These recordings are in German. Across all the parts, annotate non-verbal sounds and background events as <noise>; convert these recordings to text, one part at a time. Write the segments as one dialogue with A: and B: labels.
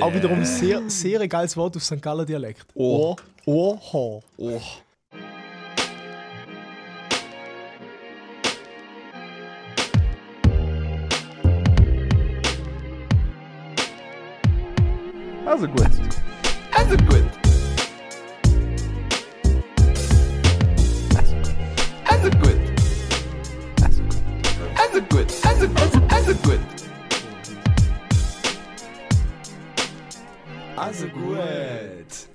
A: Auch
B: Äh,
A: wiederum sehr, sehr ein geiles Wort auf St. Gallen Dialekt.
B: Oh.
A: Oh. Oha.
B: Oh. Also gut. Also gut. Also gut. Also gut. Also gut. Also gut. Also gut.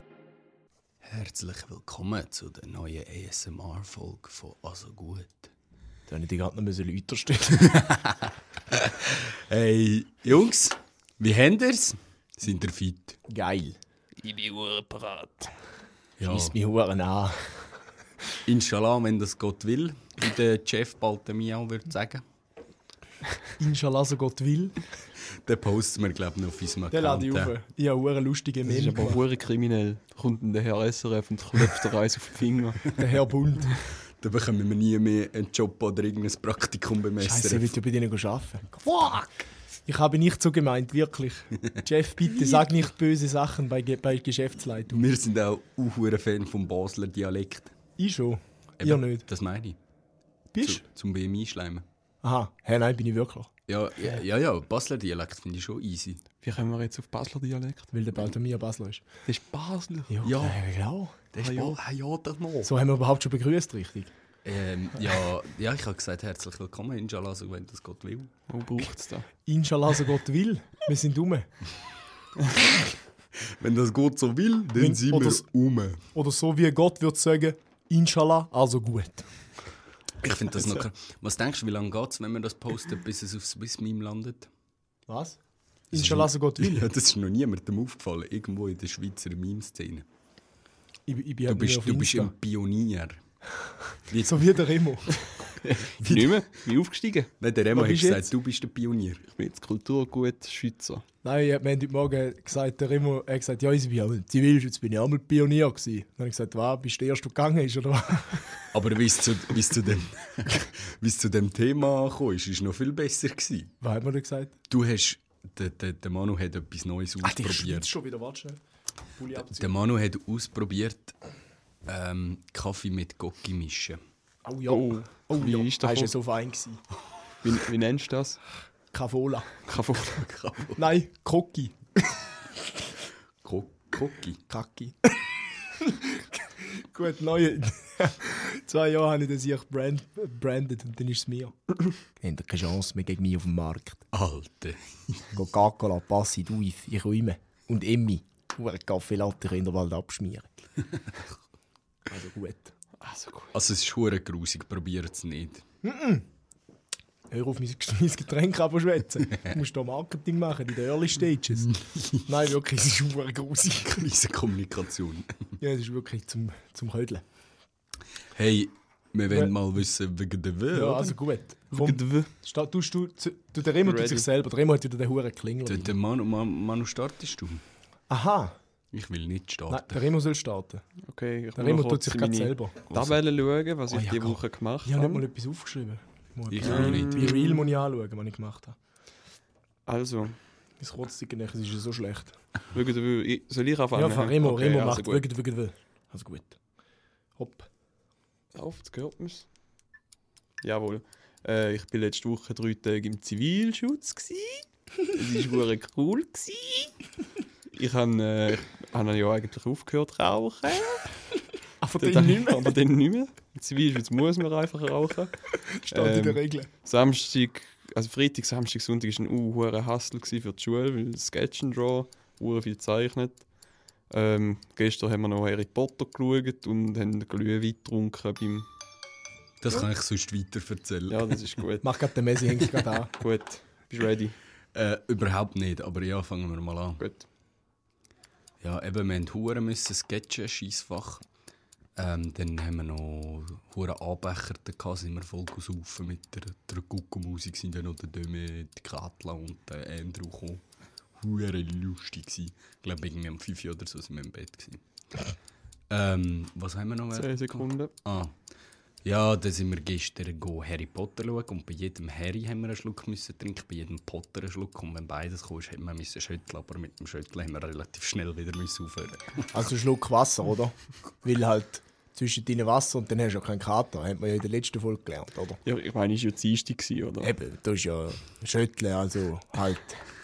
B: Herzlich willkommen zu der neuen ASMR-Folge von Also gut.
A: Da hätte ich die ganze Zeit Leute stellen
B: Hey, Jungs, wie habt ihr's? Sind ihr fit?
A: Geil.
C: Ich bin urparat.
B: Ja.
A: Schießt mich Huren an.
B: Inshallah, wenn das Gott will. Wie der Chef Baltemiau würde sagen.
A: Inshallah, so Gott will.
B: Den posten wir, glaube ich, noch auf unserem
A: Den lade ich
B: Account,
A: auf. Ich habe Huren lustige
D: Das
A: Meme
D: ist aber
A: gemacht.
D: hure kriminell. Kommt dann der Herr SRF und klopft der Eis auf den Finger.
A: Der Herr Bund.
B: ja. Dann bekommen wir nie mehr einen Job oder irgendein Praktikum beim
A: <laughs> Scheiße, ich
B: SRF.
A: will ja bei denen arbeiten. Fuck! Ich habe nicht so gemeint, wirklich. Jeff, bitte sag nicht böse Sachen bei, Ge- bei Geschäftsleitung.
B: Wir sind auch ein Fan vom Basler Dialekt.
A: Ich schon. Ihr
B: Eben,
A: nicht.
B: Das meine ich.
A: Bist
B: Zu, zum BMI-Schleimen.
A: Aha. Hä, nein, bin ich wirklich.
B: Ja, ja, ja, ja, Basler Dialekt finde ich schon easy.
D: Wie kommen wir jetzt auf Basler Dialekt?
A: Weil der Baltamir Basler ist.
D: Das ist Basler.
B: Ja.
A: der- genau.
B: Das ist ja, ja, doch noch.
A: So haben wir überhaupt schon begrüßt, richtig?
B: Ähm, ja, ja, ich habe gesagt, herzlich willkommen, Inshallah, so wenn das Gott will.
D: Wo braucht es da?
A: Inshallah, so Gott will. Wir sind dumm.
B: Wenn das Gott so will, dann
A: Wenn-
B: sind
A: oder
B: wir
A: s-
B: um.
A: Oder so wie Gott würde sagen, Inshallah, also gut.
B: Ich finde das noch krass. Was denkst du, wie lange geht es, wenn man das postet, bis es auf Swiss Meme landet?
A: Was? Inshallah, so Gott will.
B: Ja, das ist noch niemandem aufgefallen, irgendwo in der Schweizer Meme-Szene.
A: Ich, ich bin
B: Du
A: halt
B: bist,
A: mehr auf
B: du bist
A: Insta.
B: ein Pionier.
A: So wie der Remo.
D: Nicht mehr? Bin aufgestiegen?
B: Nein, der Remo
A: Was
B: hat
A: bist
B: gesagt,
A: jetzt?
B: du bist der Pionier.
D: Ich bin jetzt Kulturgut Schweizer.
A: Nein, wir haben heute Morgen gesagt, der Remo er hat gesagt, ja, ich bin auch ein Zivilschutz, bin ich auch mal Pionier gewesen. Dann habe ich gesagt, was, bist du der Erste, der gegangen ist, oder was? <laughs>
B: Aber wie es zu, wie es zu, dem, <laughs> wie es zu dem Thema kam, ist, ist noch viel besser. Gewesen.
A: Was hat man denn gesagt?
B: Du hast. Der, der, der Manu hat etwas Neues
A: schwitze
B: ausprobiert.
A: schon wieder, warte schnell. Pulli abziehen.
B: Der Manu hat ausprobiert, ähm, Kaffee mit Gocki mischen.
A: Oh ja.
D: Oh,
A: Oh
D: wie
A: ja,
D: ist
A: das
D: davon?
A: war so fein. gewesen.
D: Wie, wie nennst du das?
A: Cavola.
D: Kaffee.
A: Nein, Koki.
B: Gocki?
A: Kacki. <laughs> Gut, neue. <laughs> Zwei Jahre habe ich das ich brand, branded und dann ist es mir. <laughs> Habt ihr keine Chance mehr gegen mich auf dem Markt?
B: Alte.
A: Go Gacola, Passi, Duif, ich räume. Und Emmi. Hure Kaffee Latte könnt ihr bald <laughs> abschmieren. also gut.
D: Also gut.
B: Also, es ist hure grusig, probiert es
A: <laughs>
B: nicht.
A: Hör auf, mein, mein Getränk abzuschwätzen. Du musst hier Marketing machen, in den Early <laughs> Stages. Nein, wirklich, es ist hure grusig.
B: Krise Kommunikation.
A: Ja, es ist wirklich zum, zum Ködeln.
B: Hey, wir
A: Ja.
B: wollen mal wissen, wegen der Welt.
A: Ja, also gut. Komm,
D: Vom
A: sta- tust du, zu- du, der Remo tut
D: Ready.
A: sich selber. Der Remo hat wieder den Huren
B: der,
A: Klingel.
B: der Manu, Man, Manu, startest du?
A: Aha,
B: Ich will nicht
A: nein,
B: starten.
A: der Remo soll starten.
D: okay, ich
A: Der
D: muss
A: Remo
D: noch
A: tut
D: kurz
A: sich
D: in
A: gerade
D: meine
A: selber.
D: Tabelle schauen, was
A: Oh,
D: ich
A: ja,
D: die
A: Gott.
D: Woche gemacht
A: Ich habe nicht mal
D: habe.
A: etwas aufgeschrieben. Muss
B: Ich
A: etwas-
B: auch nicht.
A: Wie real muss ich anschauen, was ich gemacht habe.
D: Also,
A: Mein Kurzdicke ist ja so schlecht.
D: wegen der Wö- ich- soll ich anfangen?
A: Ja, von Remo,
D: Okay,
A: Remo
D: also
A: macht
D: gut.
A: wirklich, wirklich, wirklich. Also gut. Hopp.
D: Läuft, gehört mir's? Jawohl. Äh, ich war letzte Woche drei Tage im Zivilschutz. gsi. <laughs> Es war hure cool. gsi. Ich habe äh, ich hab ja eigentlich aufgehört zu rauchen.
A: Aber
D: Dann- <laughs> Aber dann nicht mehr. Im Zivilschutz muss man einfach rauchen.
A: Stand in
D: ähm,
A: der Regel.
D: Samstag, also Freitag, Samstag, Sonntag war ein hoher Hustle gsi für die Schule, weil Sketch and Draw, hure viel gezeichnet. Ähm, gestern haben wir noch Harry Potter geschaut und haben Glühwein getrunken beim...
B: Das kann ich sonst weiter erzählen.
D: Ja, das ist gut.
A: Mach gerade den Messi hängt gerade an.
D: Gut, bist du ready?
B: Äh, überhaupt nicht, aber ja, fangen wir mal an.
D: Gut.
B: Ja, eben, wir mussten Huren müssen sketchen, Scheissfach. Ähm, dann haben wir noch Huren anbechert, gehabt, sind wir voll gesaufen mit der, der Gucko-Musik, sind dann noch der Döme, die Katla und der Andrew gekommen. Huren lustig gewesen. Ich glaube, irgendwie um 5 Uhr oder so sind wir im Bett gewesen. ähm, was haben wir noch?
D: 10 Sekunden.
B: Ah, Ja, dann sind wir gestern go Harry Potter schauen und bei jedem Harry haben wir einen Schluck müssen trinken, bei jedem Potter einen Schluck. Und wenn beides kam, hätten wir müssen schütteln, aber mit dem Schütteln haben wir relativ schnell wieder müssen aufhören.
A: Also einen Schluck Wasser, oder? Weil halt zwischen deinem Wasser und dann hast du ja keinen Kater. Haben wir ja in der letzten Folge gelernt, oder?
D: Ja, ich meine, es war ja Dienstag, gewesen, oder?
A: Eben, du hast ja Schütteln, also halt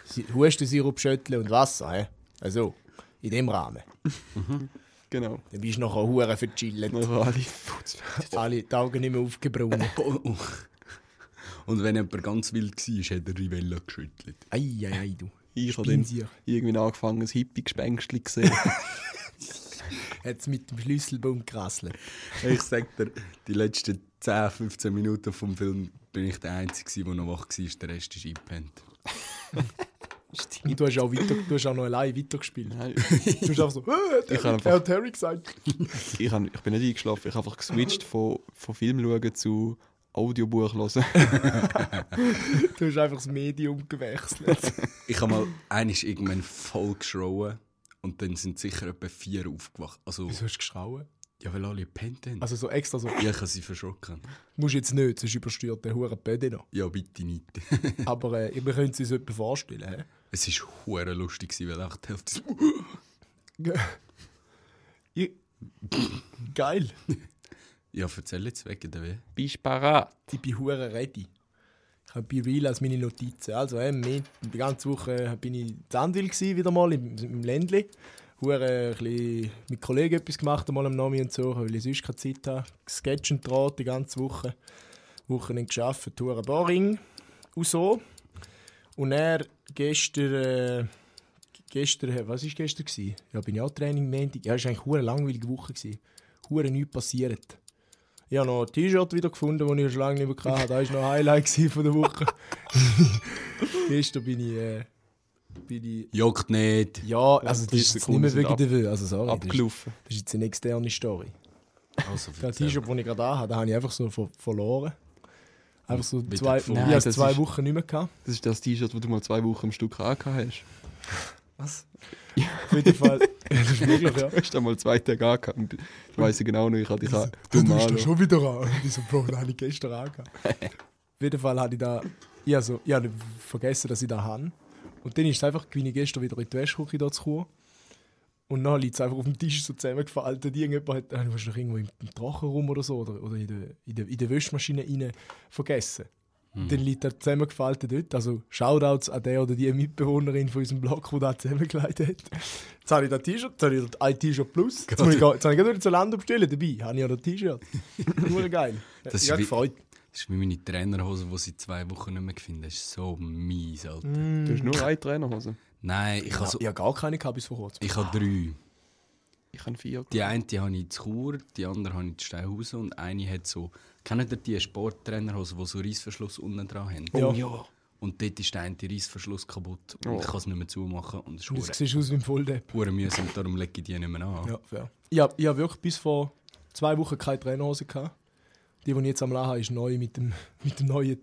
A: Si- Hustensirup schütteln und Wasser, hä? Also, in dem Rahmen.
D: Genau.
A: Dann bist du nachher hure verchillt. <laughs>
D: Noch alle.
A: Alle die Augen nicht mehr aufgebrannt.
B: Oh, <laughs> Und wenn jemand ganz wild war, hat er Rivella geschüttelt.
A: Eieiei, ei, ei, du.
D: Ich habe dann
A: Spinsier.
D: irgendwie angefangen, ein Hippie-Gespenstchen <laughs> gesehen.
A: Hat's mit dem Schlüsselbund gerasselt.
B: Ich sag dir, die letzten 10, 15 Minuten vom Film bin ich der Einzige, der noch wach war, der Rest ist eingepennt.
A: Und du hast auch, weiter, du hast auch noch allein weitergespielt.
D: Nein,
A: Du hast auch so, äh, der
D: Ich kann
A: er hat Harry gesagt.
D: ich, hab, ich bin nicht eingeschlafen. Ich habe einfach geswitcht von, von Film schauen zu Audiobuch hören.
A: Du hast einfach das Medium gewechselt.
B: Ich habe mal einmal irgendwann voll geschrauen und dann sind sicher etwa vier aufgewacht. Also,
A: Wieso hast du geschrauen?
B: ja, weil alle gepennt haben.
A: Also so extra so,
B: Ja, ich habe sie verschrocken.
A: musst jetzt nicht, sonst übersteuert der hure Böde noch.
B: Ja, bitte nicht. <laughs>
A: Aber äh, wir können uns das etwa vorstellen, hä?
B: es war hure lustig, gewesen, weil einfach die Hälfte so,
A: Ge- Ich- Geil.
B: Ja, erzähl jetzt wegen der Weh.
D: <laughs> Bist du parat?
A: Ich bin hure ready. Ich habe bei Real als meine Notizen. Also, äh, mit, die ganze Woche äh, bin ich in Sandwil gsi, wieder mal im, im Ländli. Hure äh, ein bisschen mit Kollegen etwas gemacht, einmal am Nami und so, weil ich sonst keine Zeit habe. Sketch und Draht die ganze Woche. Wochenende gearbeitet, hure boring und so. Und er gestern, äh, gestern, äh, was war gestern? gsi? Ja, bin ich auch Training, Montag. Ja, es war eigentlich eine hure langweilige Woche. gsi. Hure nichts passiert. Ich habe noch ein T-Shirt wieder gefunden, das ich schon lange nicht mehr hatte. Das war noch ein Highlight gewesen von der Woche. Gestern bin ich, äh, bin ich.
B: Juckt nicht.
A: Ja, also das
D: die
A: ist jetzt nicht
D: Sekunden
A: mehr
D: sind
A: wegen
D: ab-
A: der Will. Also sorry. Das ist,
D: Abgelaufen.
A: das ist jetzt eine externe Story.
B: Also,
A: <laughs> Das
B: erzähl.
A: T-Shirt, das ich gerade habe, das habe ich einfach so ver verloren. Einfach so
B: Wieder
A: zwei,
B: gefunden.
A: ich habe es
D: Nein, das
A: zwei
D: ist-
A: Wochen nicht mehr gehabt.
D: Das ist das T-Shirt, das du mal zwei Wochen am Stück angehabt hast.
A: Was? Auf jeden Fall. das ist möglich, ja.
D: Du hast da mal zwei Tage angehabt. und Ich weiss genau noch, ich hatte dich an.
A: Du musst da schon wieder an. <laughs> Und ich so, Bro, den habe ich gestern angehabt. Auf jeden Fall hatte ich da. Ich habe so, ich habe vergessen, dass ich da habe. Und dann ist es einfach, wie ich gestern wieder in die Wäschküche da zu kommen. Und dann liegt es einfach auf dem Tisch so zusammengefaltet. Irgendjemand hat ah, du hast doch irgendwo im, im Trocken rum oder so oder, oder in, der, in, der, in der Wäschmaschine rein vergessen.
B: Mhm.
A: Und dann liegt er zusammengefaltet dort. Also Shoutouts an der oder die Mitbewohnerin von unserem Block, die da zusammengelegt hat. Jetzt habe ich das T-Shirt, jetzt habe ich das ein T-Shirt plus. Jetzt, muss ich, gar- jetzt habe ich gerade wieder zu Land bestellen dabei. Habe ich ja
B: <laughs>
A: das T-Shirt. Nur geil.
B: Das
A: ich
B: ist
A: habe
B: wie-
A: gefreut.
B: Das ist wie meine Trainerhose, die sie zwei Wochen nicht mehr gefunden Das ist so mies, Alter.
A: Mhm.
D: Du hast nur eine Trainerhose.
B: Nein, ich habe so,
A: Ich habe gar keine gehabt bis vor kurzem.
B: ich habe drei.
D: Ich habe vier.
B: Die eine die habe ich in Chur, die andere habe ich in Steinhausen und eine hat so... Kennt ihr die Sporttrainerhosen, die so Reissverschluss unten dran haben?
A: Ja.
B: Und dort ist der eine Reissverschluss kaputt und
D: Oh.
B: ich kann es nicht mehr zumachen und es ist
A: Und
B: hure-
A: das sieht aus wie ein Volldepp.
B: hure mühsam, darum lege ich die nicht mehr an.
A: Ja, fair. Ich habe hab wirklich bis vor zwei Wochen keine Trainerhose gehabt. Die, die ich jetzt am Lachen habe, ist neu mit dem, <laughs> mit dem neuen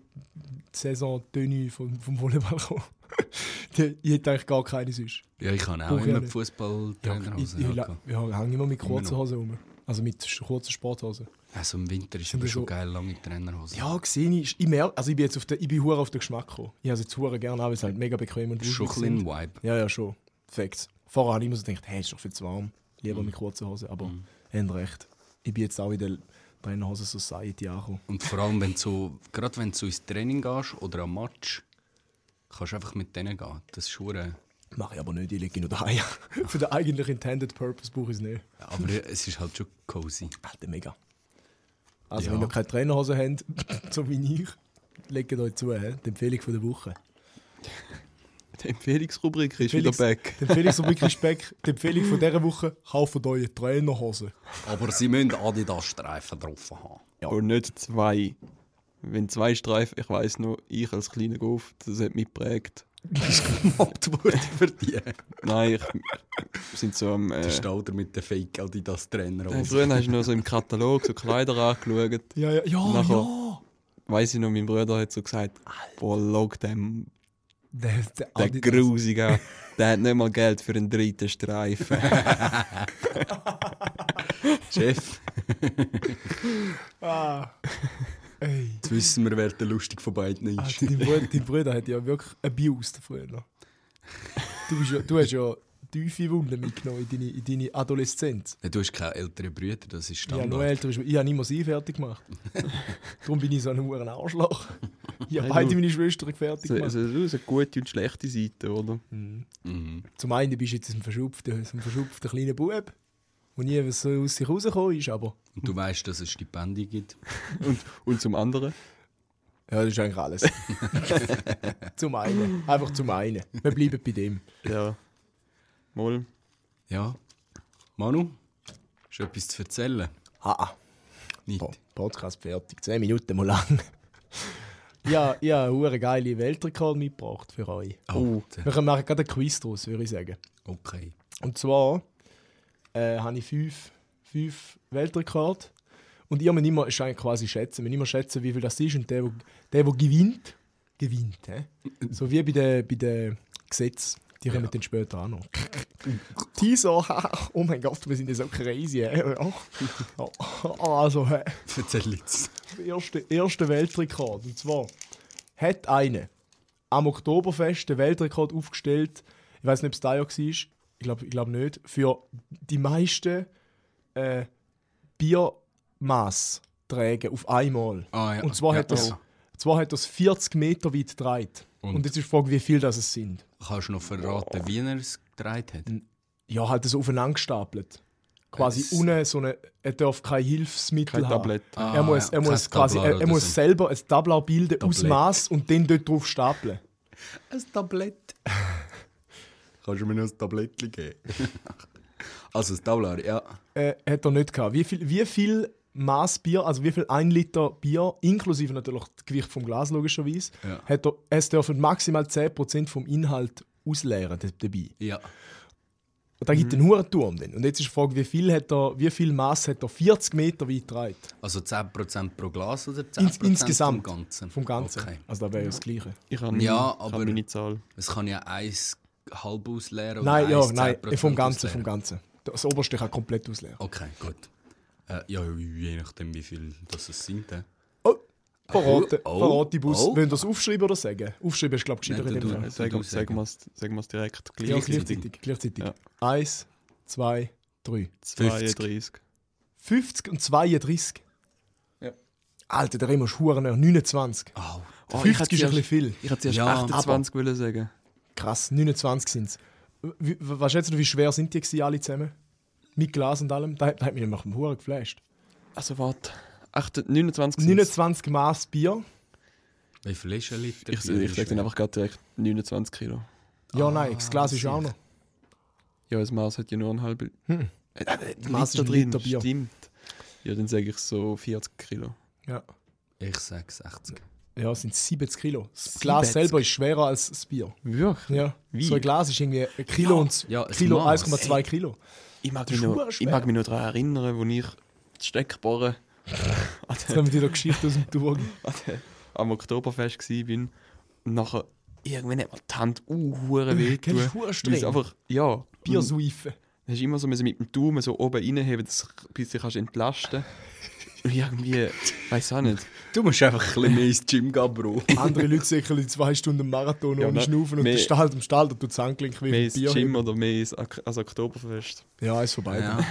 A: Saison-Tenue vom, vom Volleyball gekommen. <laughs> die, ich hätte eigentlich gar keine sonst.
B: Ja, ich habe auch
A: Brauche ich
B: immer
A: auch nicht. Ich, ich,
B: Fußballtrainerhosen.
A: ich,
B: Ja,
A: hänge immer mit kurzen
B: noch.
A: Hosen rum. Also mit sch- kurzen Sporthosen.
B: also im Winter ist
A: Sind
B: aber
A: die
B: schon
A: so-
B: geil, lange Trainerhosen.
A: Ja, gesehen ich. Ich merke, also ich bin jetzt auf den, ich bin hure auf den Geschmack gekommen. Ich habe sie zu gerne an, weil sie halt mega bequem und
B: Ist schon ein
A: wuschig
B: bisschen
A: sind.
B: ein Vibe.
A: Ja, ja, schon. Facts. Vorher habe ich immer so gedacht, hey, ist doch viel zu warm. Lieber mit kurzen Hosen. Aber, haben recht. Ich bin jetzt auch in der Trainerhose Society angekommen.
B: Und vor allem, wenn du so, gerade wenn du so ins Training gehst oder am Match, kannst du einfach mit denen gehen. Das ist schon... äh,
A: Mache ich aber nicht, ich lege nur daheim. <laughs> Für den eigentlich intended purpose brauche ich es nicht.
B: Aber es ist halt schon cozy.
A: Alter, mega. Also,
B: Ja.
A: wenn ihr keine Trainerhose habt, <laughs> so wie ich, legt euch zu, hä? die Empfehlung von der Woche.
D: Die Empfehlungsrubrik ist
A: Felix-
D: wieder back.
A: Die Empfehlung so wirklich Speck, die Empfehlung von dieser Woche, kauft eure Trainerhose.
B: Aber sie müssen Adidas-Streifen drauf
A: <laughs>
B: haben.
D: Und nicht zwei. Wenn zwei Streifen, ich weiss noch, ich als kleiner Golf, das hat mich geprägt.
B: Gemobbt wurde für die.
D: Nein, ich, <laughs> wir sind so am. Äh,
B: Der Stauder mit den fake adidas trainer
D: nein,
A: Also-
D: früher hast du noch so im Katalog so Kleider angeschaut.
A: Ja, ja, ja,
D: Nachher-
A: ja.
D: Weiss ich noch, mein Bruder hat so gesagt: Boah, log dem
A: Der, der,
D: Der
A: Adidas.
D: Grusige, der hat nicht mal <laughs> Geld für einen dritten Streifen.
B: Chef,
A: Ah. Ey.
B: Jetzt wissen wir, wer der lustig von beiden
A: Ah,
B: ist.
A: dein, Bruder, dein Bruder hat ja wirklich abused früher noch. Du, bist ja, du hast ja tiefe Wunden mitgenommen in deine, in deine Adoleszenz.
B: Nein, du hast keine älteren Brüder, das ist
A: Ja, nur
B: Standard.
A: älter ist, ich habe immer sie fertig <laughs> gemacht. Darum bin ich so ein huren Arschloch. Ich habe
D: Nein,
A: beide
D: du-
A: meine Schwestern fertig
D: So,
A: gemacht.
D: also, so eine gute und schlechte Seite, oder?
B: mhm.
A: Zum einen bist du jetzt ein verschupfter, ein verschupfter kleiner Bub, der nie was so aus sich rausgekommen ist, aber...
B: Und du weißt, dass es Stipendien gibt.
D: Und, und zum anderen.
A: Ja, das ist eigentlich alles. <laughs> zum einen. Einfach zum einen. Wir bleiben bei dem.
D: Ja. Mal.
B: Ja. Manu, hast du etwas zu erzählen?
A: Ah,
B: Nicht.
A: po Podcast fertig. Zehn Minuten mal lang. <laughs> ja, ich habe einen geile Weltrekord mitgebracht für euch.
B: Oh,
A: Wir können machen gerade einen Quiz draus, würde ich sagen.
B: okay. <laughs>
A: Und zwar äh, habe ich fünf, fünf Weltrekorde. Und ich muss immer, ist eigentlich quasi schätzen, man immer schätzen, wie viel das ist. Und der, der, der, der gewinnt, gewinnt. hä? So wie bei den bei den Gesetzen. Die kommen dann später auch noch. <laughs> Die so, <laughs> oh mein Gott, wir sind ja so crazy. hä? Ja. <laughs> Also, hä?
B: Erzähl jetzt.
A: erste, erste Weltrekord. Und zwar hat eine am Oktoberfest den Weltrekord aufgestellt. Ich weiß nicht, ob es da ja war. Ich glaube ich glaub nicht. Für die meisten äh, Biermaß trägen auf einmal.
B: Ah, ja.
A: Und zwar
B: Ja,
A: hat das,
B: ja.
A: zwar hat das 40 Meter weit gedreht. Und?
B: Und?
A: jetzt ist die Frage, wie viel das es sind.
B: Kannst du noch verraten, wie er es gedreht hat?
A: Ja, halt so aufeinander gestapelt. Quasi
B: Es-
A: ohne so eine. Er darf kein Hilfsmittel
D: Kein
A: haben.
D: Tablett.
B: Ah,
A: er muss, er
B: ja.
A: muss,
B: Kein
A: quasi,
B: Tablar
A: er, er
B: oder
A: muss
B: so.
A: selber ein Tablau bilden aus
B: Tablett.
A: Maß und dann dort drauf stapeln.
B: Ein Tablett. <laughs> Kannst du mir noch ein Tablettchen
A: <laughs>
B: geben? also ein Tablar, ja.
A: Äh, hat er nicht gehabt. Wie viel, wie viel Maß Bier, also wie viel 1 Liter Bier, inklusive natürlich das Gewicht vom Glas logischerweise,
B: Ja.
A: hat er, es dürfen maximal 10% vom Inhalt ausleeren d- dabei.
B: Ja.
A: Und da gibt mhm. einen Hurenturm dann. Und jetzt ist die Frage, wie viel, hat er, wie viel Maß hat er 40 Meter weit getragen?
B: Also 10% pro Glas oder 10%
A: Ins, insgesamt.
B: vom Ganzen?
A: Vom Ganzen.
B: Okay.
A: Also da wäre ja das Gleiche.
D: Ich habe
B: Ja,
D: ich habe
B: aber-
D: meine Zahl.
B: Es kann ja eins halb ausleeren oder
A: Nein, ja,
B: eins
A: nein,
B: 10%
A: vom Ganzen, vom
B: ausleeren.
A: Ganzen. Das oberste kann komplett ausleeren.
B: Okay, gut. Äh, ja, je nachdem, wie viel das es sind. Äh.
A: Oh, verrate,
B: Oh, oh,
A: verrate Bus.
B: oh.
A: Wollen wir das aufschreiben oder sagen? Aufschreiben ist, glaube ich,
B: Nein,
A: geschrieben in
B: du-
A: dem
B: du-
A: Fall.
D: Sag,
B: du
D: sag
B: sagen.
D: mal sagen wir's direkt.
A: Ja,
D: Gleichzeitig.
A: gleichzeitig. gleichzeitig.
D: Ja.
A: Eins, zwei, drei.
D: 32.
A: 50 und 32.
D: Ja.
A: Alter, der Remo ist verdammt nah. 29.
B: Au.
D: Ah,
A: 50 ist ein bisschen viel.
D: Ich hätte zuerst
B: Ja,
D: 28 wollen sagen.
A: Krass, 29 sind es. Was schätzt du, wie schwer sind die gewesen, alle zusammen? Mit Glas und allem? Da hat, da hat mich nämlich am Huren geflasht.
D: Also warte. 8, 29 sind's.
A: 29 Maß Bier.
B: Wie viel ist ein Liter?
D: Ich, ich sage dann einfach gerade direkt 29 Kilo.
A: Ja, nein, das
B: Ah,
A: Glas ist auch noch.
D: Ja, das Maß hat ja nur ein halbes.
A: Hm.
D: Äh, äh,
A: Maß ist
D: Liter
A: ein
D: drin,
A: Liter Bier.
D: Stimmt. Ja, dann sage ich so 40 Kilo.
A: Ja.
B: Ich sage 60.
A: Ja, es sind 70 Kilo. Das Glas
D: 70?
A: selber ist schwerer als das Bier.
D: Wirklich?
A: Ja.
D: Wie?
A: So ein Glas ist irgendwie ein Kilo und s-
B: Ja, ein
A: Kilo,
B: Maß.
A: 1,2 Kilo.
D: Ich mag,
A: Das
D: mich
A: ist
D: noch,
A: verdammt
D: ich
A: schwer.
D: mag mich noch daran erinnern, wo ich die Steckbarre
A: Jetzt haben wir wieder Geschichte aus dem
D: <laughs>
A: Tour.
D: an der- am Oktoberfest war. Und nachher irgendwann hat mir die Hand uh, hure weh
A: Gell, ist verdammt streng.
D: einfach, ja.
A: Bier
D: Und-
A: säufen.
D: Dann hast du immer so müssen mit dem Daumen so oben reinheben, dass du ein bisschen kannst entlasten Und irgendwie, weiß auch nicht.
B: Du musst einfach ein bisschen mehr ins Gym gehen, Bro.
A: Andere Leute säckeln in zwei Stunden Marathon
D: Ja,
A: ohne
D: ne?
A: Schnaufen und
D: Mehr-
A: der Stahl am Stahl, der tut das Handgelenk
D: <laughs> Mehr
A: wie
D: ins Gym oder mehr ins Ak also Oktoberfest.
A: Ja, ist vorbei.
B: ja, ja.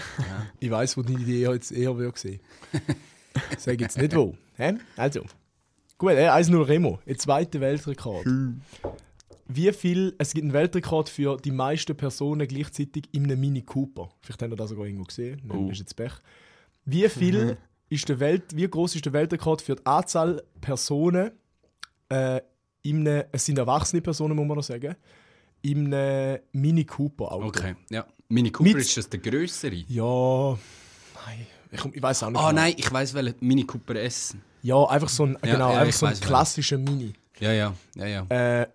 A: <laughs> Ich weiß, wo deine Idee jetzt eher wäre gesehen. Sag jetzt nicht wo. Hä? Also. Gut, äh, 1-0 Remo. Der zweite Weltrekord.
B: Hm.
A: Wie viel, es gibt einen Weltrekord für die meisten Personen gleichzeitig in einem Mini Cooper. Vielleicht habt ihr das sogar irgendwo gesehen. Nein,
D: Oh.
A: das ist jetzt Pech. Wie
B: Mhm.
A: viel ist der Welt, wie groß ist der Weltrekord für die Anzahl Personen äh, in einem, es sind erwachsene Personen, muss man noch sagen, in einem Mini Cooper Auto?
B: Okay, ja. Mini Cooper
A: Mit-
B: ist das der größere.
A: Ja, nein, ich, ich weiß auch nicht.
B: Ah
A: genau.
B: nein, ich weiß welchen Mini Cooper S.
A: Ja, einfach so ein,
B: Ja,
A: genau,
B: ja,
A: einfach
B: ich
A: so ein
B: weiß, wer.
A: klassischer Mini.
B: Ja, ja, ja, ja.
A: Äh,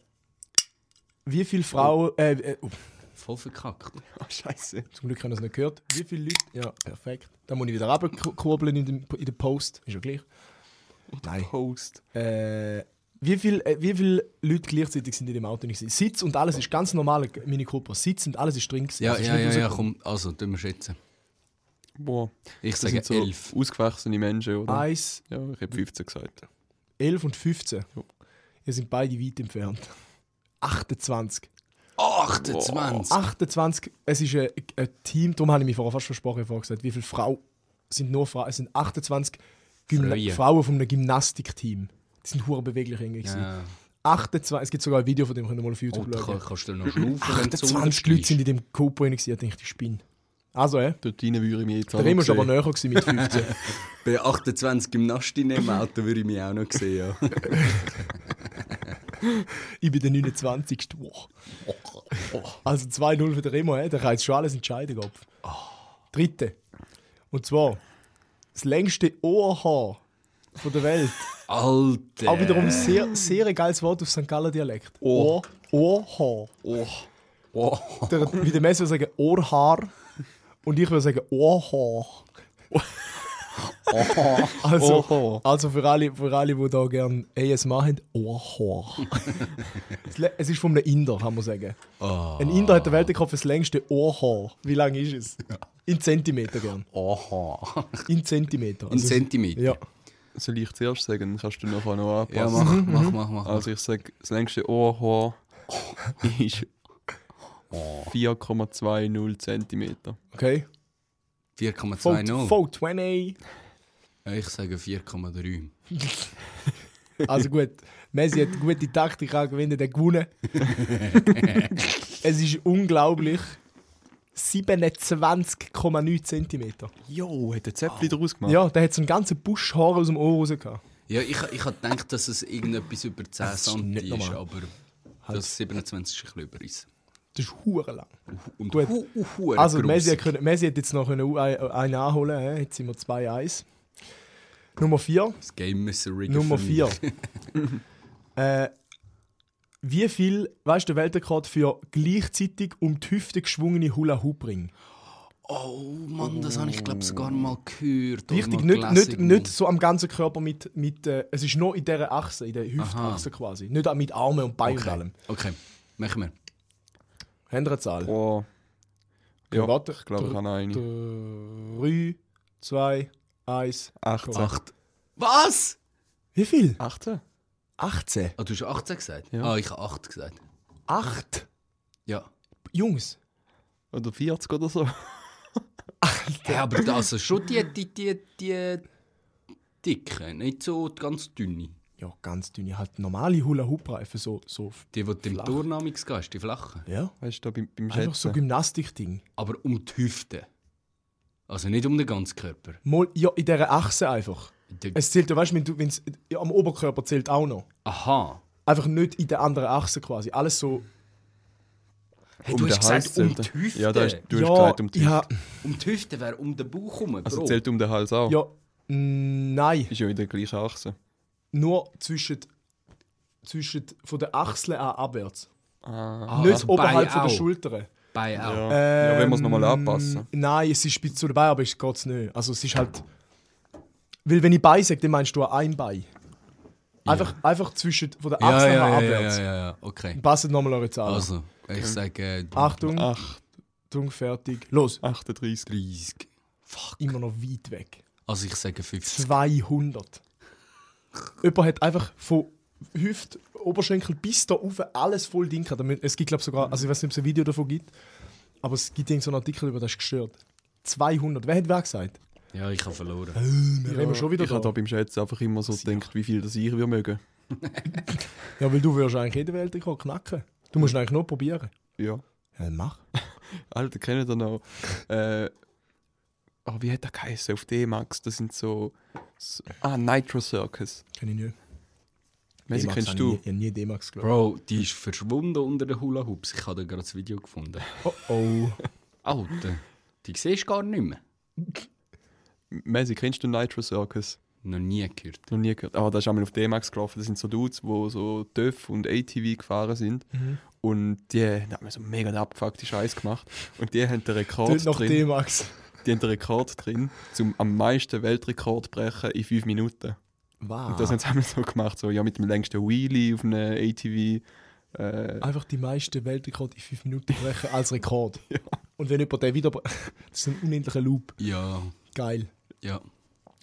A: wie viele Frauen. Äh, äh, oh,
B: Voll verkackt.
D: Oh, Scheiße.
A: zum Glück haben wir es nicht gehört. Wie viele Leute. Ja, perfekt. Da muss ich wieder runterkurbeln in, den- in den Post. Ist ja gleich. Nein.
D: Post.
A: Äh, wie viele äh, wie viel Leute gleichzeitig sind in dem Auto nicht? gewesen? Sitz und alles ist ganz normal, Mini Cooper. Sitz und alles ist drin. gewesen.
B: Ja,
A: Also ist
B: ja,
A: nicht
B: ja, ja,
A: rausgekommen.
B: komm, also, tun wir schätzen.
D: Boah.
B: Ich
D: Das
B: sage
D: sind so
B: 11.
D: Ausgewachsene Menschen, oder?
B: Ah.
A: 1,
D: Ja, ich habe 15 gesagt.
A: 11 und 15.
D: Ja.
A: Ihr sind beide weit entfernt. 28.
B: 28!
A: 28, es ist ein, ein Team, darum habe ich mich vorher fast versprochen vorher gesagt, wie viele Frauen sind nur Frauen, es sind 28 Gymna
B: Freie.
A: Frauen von einem Gymnastikteam. Die sind hure beweglich irgendwie. gewesen.
B: Ja.
A: 28, es gibt sogar ein Video von dem, könnt ihr mal auf
B: Oh,
A: YouTube
B: da
A: schauen.
B: kann- kannst du noch schnaufen, wenn du
A: 28 Leute sind in dem Copo drin, gewesen. ich denke, ich spinne. Also, äh,
D: Dort rein würde ich mich jetzt
A: der Remo war aber näher gewesen
B: <laughs>
A: mit 15.
B: Bei 28 Gymnastinnen
D: <laughs>
B: im Auto würde ich mich auch noch sehen. Ja.
A: ich bin der 29. Wow. Also 2-0 für den Remo, äh, der kann jetzt schon alles entscheiden, Kopf. Dritte. Und zwar, das längste Ohrhaar von der Welt.
B: Alter!
A: Auch wiederum sehr, sehr ein geiles Wort auf St. Gallen Dialekt.
B: Ohr.
A: Ohr. Ohrhaar.
B: Oh,
A: Der, wie der Messer würde sagen Ohrhaar. Und ich würde sagen Ohrhaar. Also, also für alle, für alle, die da E gerne ASMR haben, Ohrhaar. Es le- es ist von einem Inder, kann man sagen. Ein Inder hat der Weltrekord für das längste Ohrhaar. Wie lang ist es? In Zentimeter gern.
B: aha.
A: In Zentimeter.
D: Also,
A: Also,
B: In Zentimeter.
A: Ja.
D: Soll ich zuerst sagen, dann kannst du nachher noch
B: Ja,
D: anpassen.
B: mach, Ah. mach, mach, mach.
D: also ich sage, das längste Ohrhaar
B: <laughs>
D: ist 4,20 cm.
A: Okay. Vote,
B: 4,20.
A: vote 20.
B: Ja, Ich sage 4,3.
A: Also gut, Messi hat gute Taktik angewendet, hat gewonnen. es ist unglaublich. 27,9 cm.
D: Jo, hat der
B: Ah.
D: Zäpfli daraus gemacht?
A: Ja, der hat so einen ganzen Busch Haare aus dem Ohr raus gehabt.
B: Ja, ich, ich hab gedacht, dass es irgendetwas über 10
A: ist
B: cm
A: nicht
B: ist,
A: normal. Halt.
B: aber das 27 ist ein bisschen über uns.
A: Das ist hure lang.
B: Und
A: Gut.
B: hu, hu, hu,
A: Also
B: gross.
A: Messi hat, können, Messi hat jetzt noch einen, äh, einen anholen. hä? Jetzt sind wir 2-1. Nummer 4.
B: Das Game ist ein Rigger
A: Nummer
B: für
A: 4.
B: mich.
D: <laughs>
A: äh, wie viel, weißt du, der Weltrekord für gleichzeitig um die Hüfte geschwungene Hula-Hoop-Ring?
B: Oh Mann, das habe ich glaube sogar mal gehört. oder
A: Richtig,
B: mal
A: nicht, nicht,
B: gelesen.
A: nicht so am ganzen Körper mit. mit äh, es ist nur in dieser Achse, in der Hüftachse quasi. Nicht auch mit Armen und Beinen und allem.
B: Okay, machen wir.
A: Haben wir eine Zahl?
D: Boah. Ja,
A: Warte,
D: ich glaube, ich habe noch eine.
A: 3, 2, 1.
D: 18.
B: 8. Was?
A: Wie viel?
D: 18?
A: 18.
B: Ah, du hast 18 gesagt?
D: Ja.
B: Ah, ich habe 8 gesagt.
A: 8?
B: Ja.
A: Jungs.
D: Oder 40 oder so?
B: Ja, aber das also schon die, die, die, die dicken, nicht so die ganz dünne.
A: Ja, ganz dünne. Halt normale Hula-Hoop-Reifen, so, so.
B: Die, die du im
A: Flach.
B: Turnamix gehst, die flachen.
A: Ja.
D: <laughs> Weißt du, da beim, beim
A: Einfach so
D: Schätzen?
A: Gymnastik-Ding.
B: Aber um die Hüfte. Also nicht um den ganzen Körper.
A: Mal, ja, in dieser Achse einfach.
B: Die-
A: Es zählt ja, weißt wenn du, wenn's, ja, am Oberkörper zählt auch noch.
B: Aha.
A: Einfach nicht in der anderen Achse quasi. Alles so.
B: Hey, du hast
D: den Hals
B: gesagt, um die
D: zählt er.
B: Hüfte.
D: Ja, da hast, du
A: ja,
D: hast gesagt, um die Hüfte.
A: ja,
B: Um die Hüfte wäre um den Bauch herum.
D: Also
B: Bro.
D: zählt um den Hals auch.
A: Ja, mm, nein.
D: Ist ja in der gleichen Achse.
A: Nur zwischen, zwischen von der Achsel an abwärts.
D: Ah.
B: Ah,
A: Nicht
B: also
A: oberhalb
B: Bein
A: von der
B: auch.
A: Schulter.
B: Bein auch.
D: Ja. ja, wenn wir es
A: Ähm,
D: nochmal anpassen.
A: Nein, es ist bis zu dabei, aber es geht nicht. Also es ist halt. Weil wenn ich Bein sage, dann meinst du ein Bein. Einfach, einfach zwischen von der
B: Ja,
A: Achsel an
B: ja, ja,
A: abwärts.
B: ja, ja, ja, okay.
A: Passt nochmal eure Zahl.
B: Also, ich sage äh,
A: Achtung,
D: Ach,
A: Achtung, fertig. Los.
D: 38.
B: 30. Fuck.
A: Immer noch weit weg.
B: Also ich sage
A: <laughs>
B: 50.
A: 200. Jemand hat einfach von Hüft, Oberschenkel bis da rauf alles voll Ding gehabt. Damit- Es gibt, glaube sogar, also ich weiß nicht, ob es ein Video davon gibt, aber es gibt irgend so einen Artikel über das ist gestört. 200. Wer hat wer gesagt?
B: Ja, ich habe verloren.
A: Wir reden schon wieder
D: ich habe da
A: da.
D: beim Schätzen einfach immer so gedacht, wie viel das ich wir mögen.
A: Ja, weil du würdest eigentlich jede Welt knacken. Du musst ihn eigentlich nur probieren.
D: Ja.
A: Ja, Äh, mach.
D: Alter, kennen da noch. Äh, oh, wie hat der geheißen auf D-Max? Das sind so, so. Ah, Nitro Circus.
A: Kenn ich nicht.
D: Messi,
A: D-Max
D: kennst
A: habe
D: du?
A: Ich habe nie, ich hab nie D-Max geglaubt.
B: Bro, die ist verschwunden unter den Hula Hoops. Ich habe da gerade das Video gefunden.
A: Oh oh.
B: Alter, die siehst du gar nicht mehr.
D: Messi, kennst du Nitro Circus?
B: Noch nie gehört.
D: Noch nie gehört. Ah, da ist einmal auf D-Max gelaufen. Das sind so Dudes, die so TÜV und ATV gefahren sind.
A: Mhm.
D: Und die haben immer so mega abgefuckte Scheiß gemacht. Und die haben den Rekord
A: Tönt nach
D: drin.
A: D-Max.
D: Die haben den Rekord drin, zum am meisten Weltrekord zu brechen in 5 Minuten.
A: Wow.
D: Und das haben sie einmal so gemacht, so ja, mit dem längsten Wheelie auf einem ATV. Äh,
A: Einfach die meisten Weltrekorde in 5 Minuten brechen als Rekord. Und wenn jemand den wieder... <laughs> das ist ein unendlicher Loop.
B: Ja,
A: Geil.
B: ja.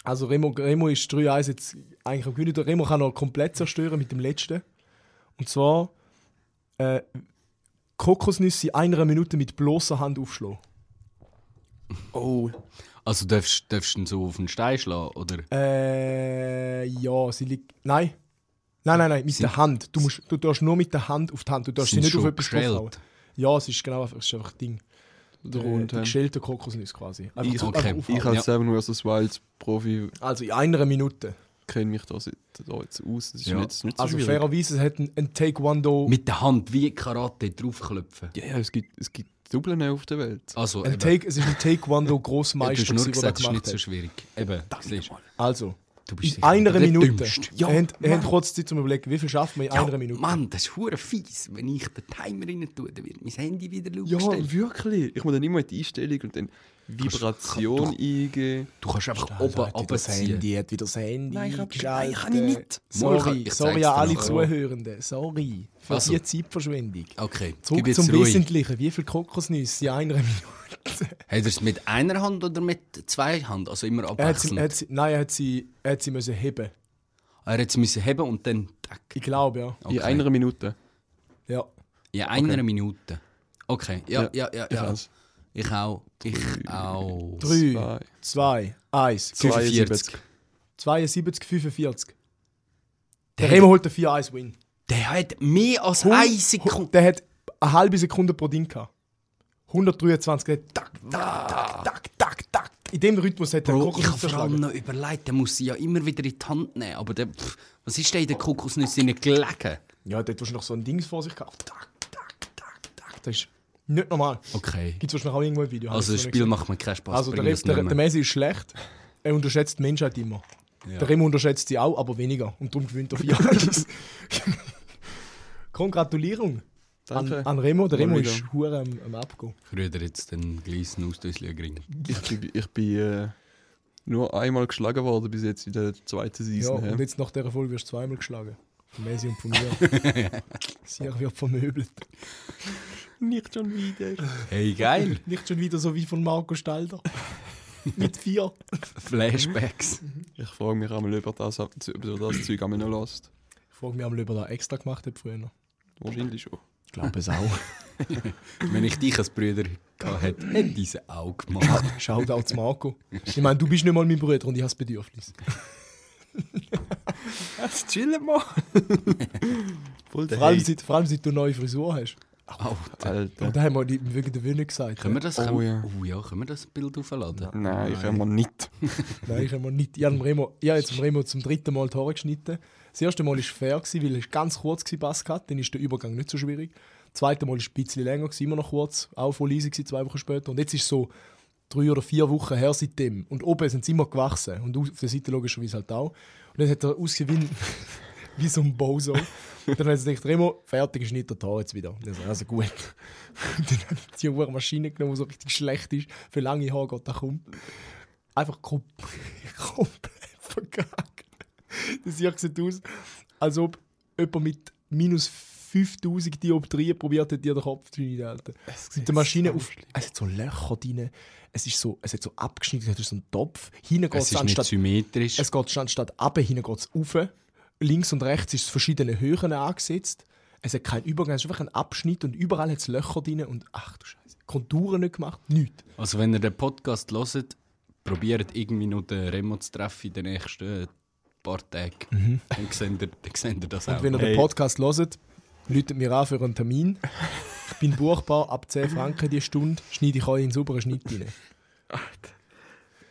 A: Also Remo, Remo ist 3-1 jetzt eigentlich am Gewinnen. Der Remo kann noch komplett zerstören mit dem letzten. Und zwar äh, Kokosnüsse in einer Minute mit bloßer Hand aufschlagen.
D: Oh.
B: Also darfst darfst du ihn so auf den Stein schlagen, oder?
A: Äh, ja, sie liegt... Nein. Nein, nein, nein, mit der Hand. Du, musst, du darfst nur mit der Hand auf die Hand. Du darfst sie
B: Sind
A: nicht auf
B: schon
A: etwas
B: geschält?
A: draufhauen. Ja, es ist genau einfach, es ist einfach ein Ding.
D: Der
A: Äh, die
D: Rundhand.
A: geschälte Kokosnüsse quasi. Einfach
D: Ich-
A: zu-
B: okay.
A: einfach
D: Ich
A: aufhauen.
D: als
B: Ja.
D: Seven vs. Wild Profi
A: also in einer Minute.
D: kenne mich da, seit- da jetzt aus. Das ist
B: Ja.
D: nicht, das ist nicht so
A: Also
D: schwierig.
A: fairerweise, es hat ein, ein Taekwondo...
B: Mit der Hand wie Karate draufklopfen.
D: Ja, ja, es gibt, es gibt Dublin auf der Welt.
B: Also,
A: ein
B: eben,
A: Take, es ist ein
B: <laughs>
A: Taekwondo
B: ja, du hast
A: Großmeister,
B: nur
A: gewesen, der
B: gesagt,
A: das
B: es ist
A: gemacht
B: nicht
A: hat.
B: so schwierig. Eben, siehst, du,
A: Also,
B: du bist
A: in
B: sicher
A: einer
B: der
A: Minute.
B: Dümmste.
A: Ja, wir haben, wir haben kurz Zeit zum Überlegen, wie viel schaffen wir in einer Minute?
B: Mann, das ist hure fies. Wenn ich den Timer rein tue, dann wird mein Handy wieder laut
D: Ja,
B: gestellt.
D: wirklich. Ich muss dann immer die Einstellung und dann Vibration
B: Kannst-
D: eingeben.
B: Du kannst einfach oben runterziehen.
A: hat wieder Also, das Handy.
B: Nein, ich hab-
A: geschaltet.
B: nein, kann ich nicht. Mal, ich kann-
A: Sorry,
B: ich
A: sorry
B: zeig's
A: an
B: dir
A: alle
B: nachher.
A: Zuhörenden. Sorry für
B: Also.
A: die Zeitverschwendung.
B: Okay, gib
A: Zurück
B: jetzt
A: zum
B: ruhig.
A: Wesentlichen. Wie viel Kokosnüsse in einer <laughs> Minute?
B: Hat er es mit einer Hand oder mit zwei Hand? Also immer
A: Er hat sie,
B: abwechselnd.
A: er hat sie, nein, er hat sie, er hat sie müssen heben.
B: Er hat es müssen heben und dann tack.
A: Ich glaube, ja.
B: Okay.
D: In einer Minute.
A: ja.
B: In einer Minute. Okay, ja, ja, ja.
D: Ich
B: ja,
D: weiß.
B: Ich auch. Ich auch.
A: Drei,
D: Zwei.
A: zwei, eins.
B: 45.
A: 72, 45. Der Remo holt den 4-1-Win.
B: Der hat mehr als
A: Hund-
B: eine Sekunde.
A: Der hat eine halbe Sekunde pro Ding gehabt. 123 geht tak, tak, tak, tak, tak, tak. In dem Rhythmus hat der
B: Bro, ich
A: Kokosnuss
B: habe vor allem
A: zerschlagen.
B: noch überlegt, der muss sie ja immer wieder in die Hand nehmen. Aber der, pff, was ist denn in der Kokosnüsse nicht gelegen?
A: Ja, der hat wahrscheinlich so ein Dings vor sich gehabt. Tak, tak, tak, tak. Das ist nicht normal.
B: Okay.
A: Gibt es wahrscheinlich auch irgendwo ein Video. hab
B: Also
A: ich
B: das
A: noch
B: Spiel
A: nicht
B: macht mir keinen
A: gesehen.
B: Spaß.
A: Also der,
B: bring das
A: Ref- der,
B: nicht mehr.
A: der Messi ist schlecht. Er unterschätzt die Menschheit immer. Der Remo unterschätzt sie auch, aber weniger. Und darum
B: <laughs>
A: gewinnt er 4-1. Kongratulierung an,
D: Danke.
A: an Remo. Der
D: Mal
A: Remo
D: wieder.
A: ist hure am, am Abgehen.
B: Ich rühre dir jetzt den gleichen Ausdüssel gering.
D: Ich bin, ich bin äh, nur einmal geschlagen worden bis jetzt in der zweiten
A: Ja,
D: Season.
A: und
D: hä?
A: jetzt nach dieser Folge wirst du zweimal geschlagen. Von Messi und von mir. Sicher wird vermöbelt.
D: Nicht schon wieder.
B: Hey, geil.
A: Nicht schon wieder so wie von Marco Stalder. Mit vier.
B: Flashbacks.
D: Ich frage mich einmal, ob er das, ob er das Zeug einmal noch lässt.
A: Ich frage mich, ob er da extra gemacht hat früher.
D: Wahrscheinlich schon.
A: Ich glaube es auch.
B: Wenn ich dich als Brüder gehabt hätte, hätte ich es auch gemacht.
A: <laughs> Shoutouts Marco. Ich meine, du bist nicht mal mein Bruder und ich habe das Bedürfnis.
D: Jetzt chillen mal. Voll der
A: Vor allem,
D: Hate.
A: seit, vor allem seit du eine neue Frisur hast.
B: Alter.
A: Und
D: Alter.
A: da haben wir die- wirklich den Wöhnen gesagt.
B: Können wir das,
D: Oh,
B: können,
D: ja.
B: oh ja, können wir das Bild aufladen?
D: Nein, ich kann mal nicht.
A: Nein, ich habe mir nicht. Ich habe, dem Remo, ich habe jetzt dem Remo zum dritten Mal Tore geschnitten. Das erste Mal war fair, gewesen, weil es ganz kurz war, Pass gehabt, dann ist der Übergang nicht so schwierig. Das zweite Mal war es ein bisschen länger, gewesen, immer noch kurz, auch voll easy, gewesen, zwei Wochen später. Und jetzt ist es so drei oder vier Wochen her seitdem. Und oben sind sie immer gewachsen. Und auf der Seite logischerweise halt auch. Und dann hat er ausgewinnt <laughs> wie so ein Bozo. Und dann hat er sich gedacht, Remo, fertig geschnitten, da jetzt wieder. Und dann so, also gut. <laughs> Und dann hat er die Uhr Maschine genommen, die so richtig schlecht ist. Für lange Haare geht das um einfach kom <laughs> komplett verkackt. Das Jahr sieht aus, als ob jemand mit minus 5000 Dioptrien probiert hat, dir den Kopf zu schneiden. Alter. Mit der Maschine auf. Es hat so Löcher drin, es, ist so, es hat so abgeschnitten, es hat so einen Topf. Hinten geht
B: Es
A: es
B: ist nicht
A: anstatt.
B: symmetrisch.
A: Es geht anstatt runter, hinten geht es rauf. Links und rechts ist es verschiedene Höhen angesetzt. Es hat keinen Übergang, es ist einfach ein Abschnitt und überall hat es Löcher drin. Und ach du Scheiße, Konturen nicht gemacht, nichts.
B: Also wenn ihr den Podcast hört, probiert irgendwie noch den Remo zu treffen in den nächsten paar Tagen. Dann, seht ihr, dann seht ihr das auch.
A: Mhm. Und wenn ihr den Podcast hört, läutet mir an für einen Termin. Ich bin buchbar, ab 10 Franken die Stunde schneide ich euch in sauberen Schnitt rein.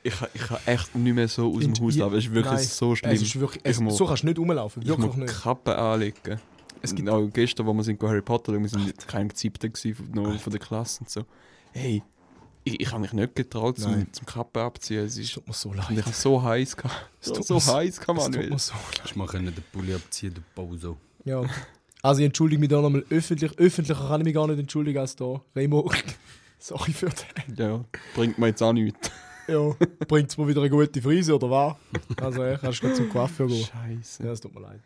D: Ich, kann- ich kann echt nicht mehr so aus dem Haus laufen. Es ist wirklich
A: Nein,
D: so schlimm.
A: Es ist wirklich,
D: Ich
A: es,
D: muss-
A: so kannst du nicht rumlaufen,
D: Ich
A: wirklich
D: muss
A: nicht.
D: Kappen anlegen. Es gibt auch gestern, wo wir sind, go Harry Potter schauen, wir sind kein Gezippter gewesen von, noch von der Klasse und so. Hey, ich, ich habe mich nicht getraut, zum, zum Kappen abziehen. Es
A: Es
D: ist,
A: tut mir so
D: ich
A: leid.
D: habe so heiß gehabt. Es
A: tut
D: tut <laughs> so
A: mir so-
D: heiß kann
A: Es
D: man
A: tut mir
D: nicht.
A: so leid.
B: Hast du mal können den Pulli abziehen, den Bozo.
A: Ja. Also ich entschuldige mich da nochmal öffentlich. Öffentlicher kann ich mich gar nicht entschuldigen als da. Remo, <laughs> sorry für den.
D: Ja, bringt mir jetzt auch nichts.
A: Ja, bringt es mir wieder eine gute Frise, oder was? Also, ey, kannst du gleich zum Kaffee gehen.
D: Scheiße.
A: Ja,
D: Ja,
A: es tut mir leid.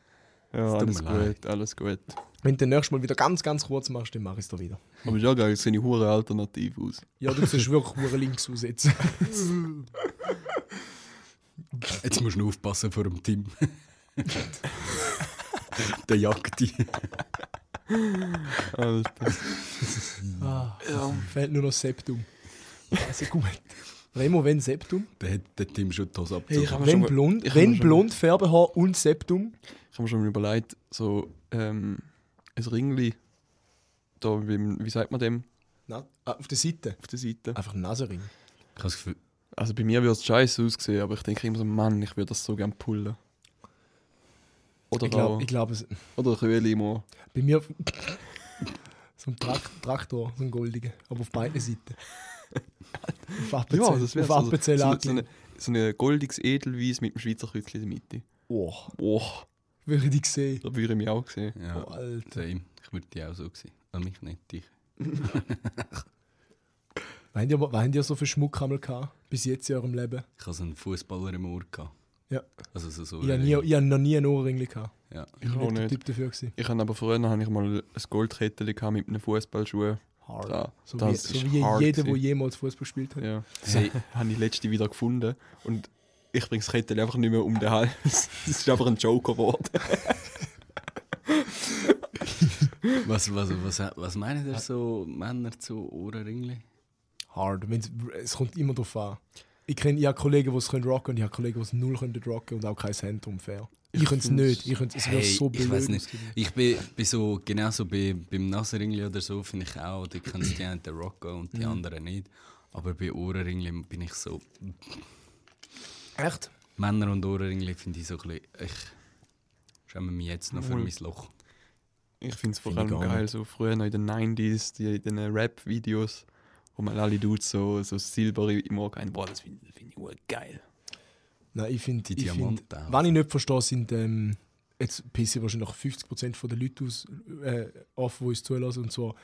B: tut
D: alles
B: mir leid.
D: gut, alles gut.
A: Wenn du das nächste Mal wieder ganz, ganz kurz machst, dann mach ich es dir wieder.
D: Aber ist ja geil, es sehen die Huren alternativ aus.
A: Ja, du siehst wirklich hure links aus jetzt.
B: Jetzt musst du aufpassen vor dem
A: <laughs>
B: Tim. Der jagt dich.
D: Alter.
A: Ah, Fehlt nur noch Septum. Also gut. Remo, wenn Septum?
B: Der hat der Tim schon die Hose
D: Hey,
B: abgezogen.
D: ich hab mir schon
A: Wenn
D: mal-
A: blond,
D: ich hab mir
A: wenn
D: schon
A: blond Färbehaar und Septum?
D: Ich habe mir schon mal überlegt, so ähm, ein Ringli, da beim, wie sagt man dem,
A: Na, ah, auf der Seite.
D: auf der Seite.
A: Einfach ein Nasenring.
B: Ich habe das Gefühl,
D: Also bei mir würde es scheiße aussehen, aber ich denke immer so, Mann, ich würde das so gerne pullen. Oder
A: Ich glaube,
D: auch,
A: ich glaub, es-
D: oder Köhle im Ohr.
A: bei mir. <laughs> So ein Trakt, Traktor, so ein goldiger. Aber auf beiden Seiten.
D: <laughs>
A: Auf Appenzell,
D: wär's. also
A: auf Appenzell
D: so, so,
A: angelegt.
D: eine, so eine goldiges Edelweiss mit dem Schweizer Kreuzchen in der Mitte.
A: Oh,
D: Boah,
A: würde ich sehen.
D: da würde ich mich auch sehen.
B: ja,
A: Oh, Alter.
B: same. ich würde die auch so sehen. Aber mich nicht, dich.
A: Was habt ihr- was habt ihr so für Schmuck einmal gehabt? Bis jetzt in eurem Leben?
B: Ich hatte so einen Fußballer im Ohr. Gehabt.
A: Ja.
B: Also so, so
A: Ich habe nie- ich hab noch nie einen Ohrring gehabt.
B: Ja.
D: Ich auch
A: bin der
D: nicht.
A: Typ dafür. Gewesen.
D: Ich habe aber früher habe ich mal ein Goldkettchen gehabt mit einem Fußballschuh.
A: Hard.
D: Da,
A: So wie,
D: das
A: so
D: ist
A: wie
D: hart
A: jeder, der
D: gewesen.
A: jemals Fußball gespielt hat.
D: Ja.
B: Hey,
D: habe ich letzte wieder gefunden und ich bringe das Kettchen einfach nicht mehr um den Hals. <laughs> Es ist einfach ein Joker geworden.
B: was, was, was, was meinen ihr so Männer zu Ohrenringeln?
A: Hard. Wenn's, es kommt immer drauf an. Ich, kenn, ich habe Kollegen, die es können rocken und ich habe Kollegen, die es null können rocken und auch kein Cent unfair. Ich,
D: Ich
A: könnte es
D: find's-
A: nicht. Ich könnte es wäre
B: Hey,
A: so
B: ich weiß
A: blöd.
B: nicht. Ich bin, bin so, genau so bei, beim Nasenringli oder so, finde ich auch, die können die einen rocken und
A: Mhm.
B: die anderen nicht. Aber bei Ohrenringli bin ich so,
A: Echt?
B: Männer und Ohrenringli finde ich so ein bisschen, ich schäme mich jetzt noch für
D: Wohl.
B: mein Loch.
D: Ich finde es vor
A: Find ich
D: allem
A: gar
D: geil, so früher noch in den 90s, die, in den Rap-Videos, wo man alle Dudes so, so Silber im Ohr hatten. Boah, das finde find ich auch geil.
A: Nein, ich finde.
B: Die
A: ich
B: Diamanten
A: Find,
B: auch.
A: was ich nicht verstehe, sind. Ähm, jetzt pissen wahrscheinlich 50% der Leute aus, äh, auf, die uns zulassen. Und zwar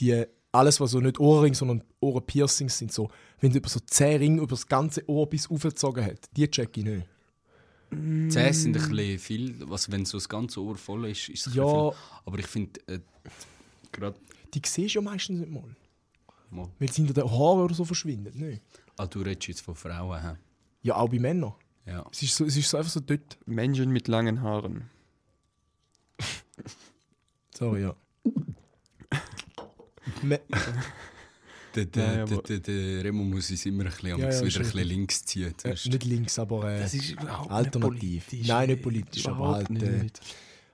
A: die, alles, was so nicht Ohrringe, sondern Ohrenpiercings sind. So, wenn du über so 10 Ringe über das ganze Ohr bis aufgezogen hat, die check ich nicht.
B: Die Zähne sind ein bisschen viel, also wenn so das ganze Ohr voll ist, ist es ein bisschen
A: Mm. Ja,
B: viel. Aber ich finde, äh, gerade
A: die siehst du ja meistens nicht mal.
B: mal,
A: Weil sie hinter den Haaren oder so verschwindet. Nicht?
B: ah, du redest jetzt von Frauen, hä?
A: Ja, auch bei Männern.
B: Ja.
A: Es ist, so, es ist so einfach so dort.
D: Menschen mit langen Haaren.
A: Sorry, <laughs> ja. Me
B: Der, der,
D: Nein,
B: der,
D: aber-
B: der, der Remo muss uns immer ein bisschen,
A: ja,
B: wieder ein
A: ist
B: bisschen
A: richtig.
B: links ziehen.
A: äh,
B: Zuerst.
A: nicht links, aber äh,
D: ist überhaupt
A: alternativ. Nein, nicht politisch, aber halt, äh,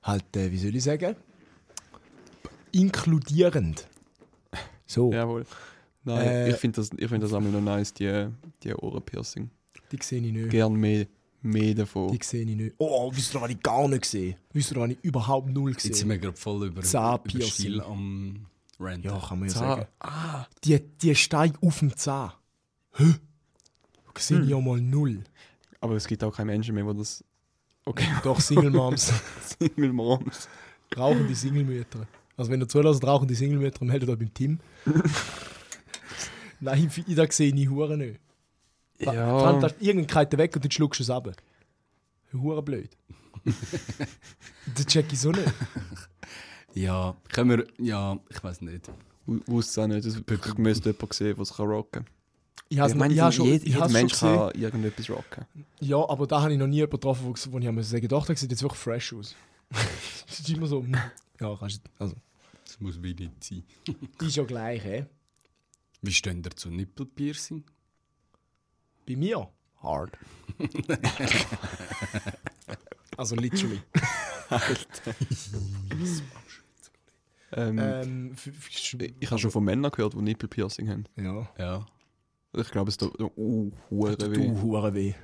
A: halt äh, wie soll ich sagen? Inkludierend. So,
D: Jawohl. Nein,
A: oh. Äh,
D: ich finde das, ich find das einmal noch nice, die, die Ohrenpiercing.
A: die sehe ich
B: Genau.
A: nicht.
D: Gern mehr, mehr davon.
A: Die sehe ich nicht. Oh, wisst ihr, was ich gar nicht gesehen Wisst ihr, was ich überhaupt null
B: Jetzt sind
A: gesehen
B: wir gerade voll über,
A: Zahnpiercing.
B: über Stil am Rand.
A: Ja, kann man ja
D: Zahn-
A: sagen. Die, die Steine auf dem Zahn. Hä? Sehe
B: Hm.
A: ich ja mal null.
D: Aber es gibt auch keinen Menschen mehr, der das. Okay, <laughs>
A: Doch,
B: <laughs>
A: Single Moms.
D: Single Moms.
A: rauchen die Single-Mütter. Also wenn ihr zulässt, rauchen die Single-Mütter, meldet euch
B: <laughs>
A: beim Team. Nein, ich- ich da sehe ich Huren nicht.
D: Ja,
A: Fantastisch, irgendeinen Kreiter weg und dann schluckst du es ab. Huren blöd. <laughs> das check ich so nicht.
B: Ja, können wir, ja, ich weiß nicht.
D: w- wusste es auch nicht. Das- Ich müsste jemanden sehen, der es rocken kann.
A: Ich habe
D: ich
A: noch-
D: meine,
A: ich habe schon,
D: jeder,
A: ich
D: jeder
A: habe es schon
D: Mensch
A: gesehen.
D: kann irgendetwas rocken.
A: Ja, aber da habe ich noch nie jemanden getroffen, wo, wo ich mir sagen doch, der sieht jetzt wirklich fresh aus. <laughs> das ist immer so, hm, ja, kannst du, also.
B: Das muss wie nicht sein.
A: Ist ja gleich, hä?
B: Wie stehen ihr zu Nippelpiercing?
A: Bei mir? Hard. <laughs> also literally.
D: Ähm,
A: Ähm, f- f-
D: ich habe schon von Männern gehört, die Nippelpiercing haben.
A: ja.
B: Ja.
D: Ich glaube, es tut uh, weh.
A: Du hure weh.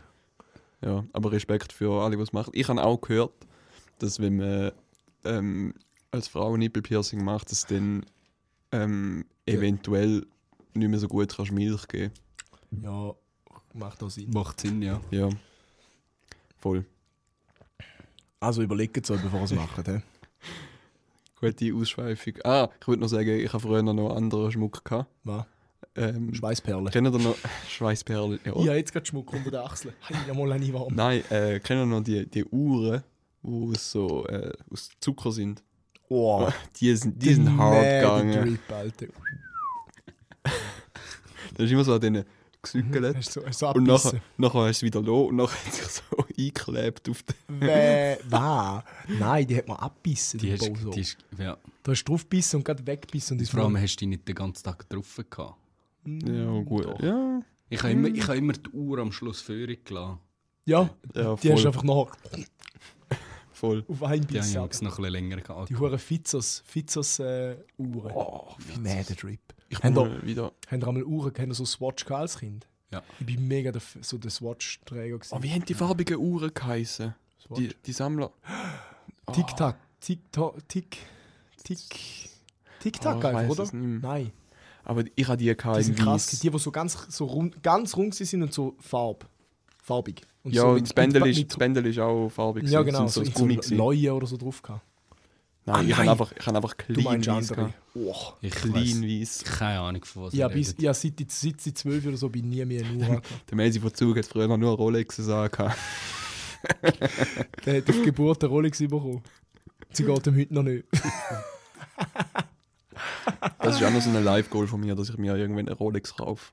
D: Ja, aber Respekt für alle, was machen. Ich habe auch gehört, dass wenn man ähm, als Frau ein Nippelpiercing macht, dass dann ähm, eventuell nicht mehr so gut kannst Milch geben.
A: Ja, macht auch Sinn.
B: Macht Sinn, ja.
D: Ja, voll.
A: Also überlegt es euch, bevor ihr es macht. He.
D: Gute Ausschweifung. Ah, ich würde noch sagen, ich habe früher noch anderen Schmuck gehabt.
A: Was?
D: Ähm,
A: Schweißperlen.
D: kennt ihr noch <laughs> Schweißperlen? Ja.
A: Ich habe jetzt gerade Schmuck unter der Achsel. Hey, ja mal eine warm.
D: Nein, äh, kennt ihr noch die, die Uhren, die aus so, äh, aus Zucker sind?
A: Oh,
D: Die sind, die sind hart gegangen.
A: Drip, Alter.
D: Das ist immer so an denen gesückelt.
A: Hast du so, hast du so
D: Und nachher,
A: abgebissen?
D: nachher hast du es wieder los und nachher hat sich so <laughs> eingeklebt auf den.
A: Wer? Wer? Nein, die hat man abbissen.
B: Die
A: Die
B: hast,
A: Bozo.
B: die ist, ja.
A: Du hast draufgebissen und gerade weggebissen und ist
B: Vor allem hast du die nicht den ganzen Tag drauf gehabt.
D: Ja, gut.
B: doch.
D: Ja,
B: Ich habe immer, ich habe immer die Uhr am Schluss führig gelassen.
A: Ja,
D: ja
A: die hast du
D: voll.
A: einfach noch
D: voll.
A: auf einen
B: Die
A: Biss.
B: habe
A: ab.
B: ich noch ein bisschen länger gehabt.
D: genau.
A: Die huren Fizos, Fizos äh, Uhren. Oh, Nein, der Drip.
D: Ich
A: Haben
D: bin
A: da-
D: Äh, wieder.
A: Haben ihr einmal Uhren, habt ihr so Swatch gehabt als Kind?
B: Ja.
A: Ich bin mega der, F- so der Swatch-Träger gewesen.
D: Oh, wie haben die farbigen Uhren geheißen?
A: Swatch.
D: Die, die Sammler. Oh,
A: Tick-Tack, Tick-Tack, Tick, Tick,
D: Oh,
A: Tick-Tack
D: ich
A: einfach,
D: weiß
A: oder?
D: es nicht mehr.
A: Nein,
D: Aber ich habe die gehabt.
A: die
D: in
A: sind krass,
D: Weiss.
A: gewesen. die, die so ganz, so rund, ganz rund gewesen sind und so farb, farbig. Und
D: Ja,
A: so
D: und das Bändel
A: mit-
D: ist,
A: mit-
D: das Bändel ist auch farbig.
A: Ja,
D: gewesen.
A: genau,
D: Das
A: so,
D: sind so
A: mit
D: ein Gummi.
A: so
D: gewesen.
A: Leue oder so drauf gehabt.
D: Nein,
A: Ah,
D: ich
A: nein.
D: habe einfach, ich hab einfach
A: Du
D: clean
A: meinst
D: weiss
A: andere.
D: gehabt.
A: Oh.
B: Ich
D: Clean
B: weiß
D: weiss.
B: keine Ahnung von was
A: Ja,
B: ihr
A: bis,
B: redet.
A: ja seit, ich- seit ich zwölf oder so bin ich nie mehr
D: <laughs>
A: eine Uhr gehabt.
D: Der Mäsi von Zug hat früher nur Rolexes angehabt.
A: Der hat auf Geburt eine Rolex bekommen. Sie geht ihm heute noch nicht.
D: Das ist auch noch so ein Live-Goal von mir, dass ich mir irgendwann eine Rolex kaufe.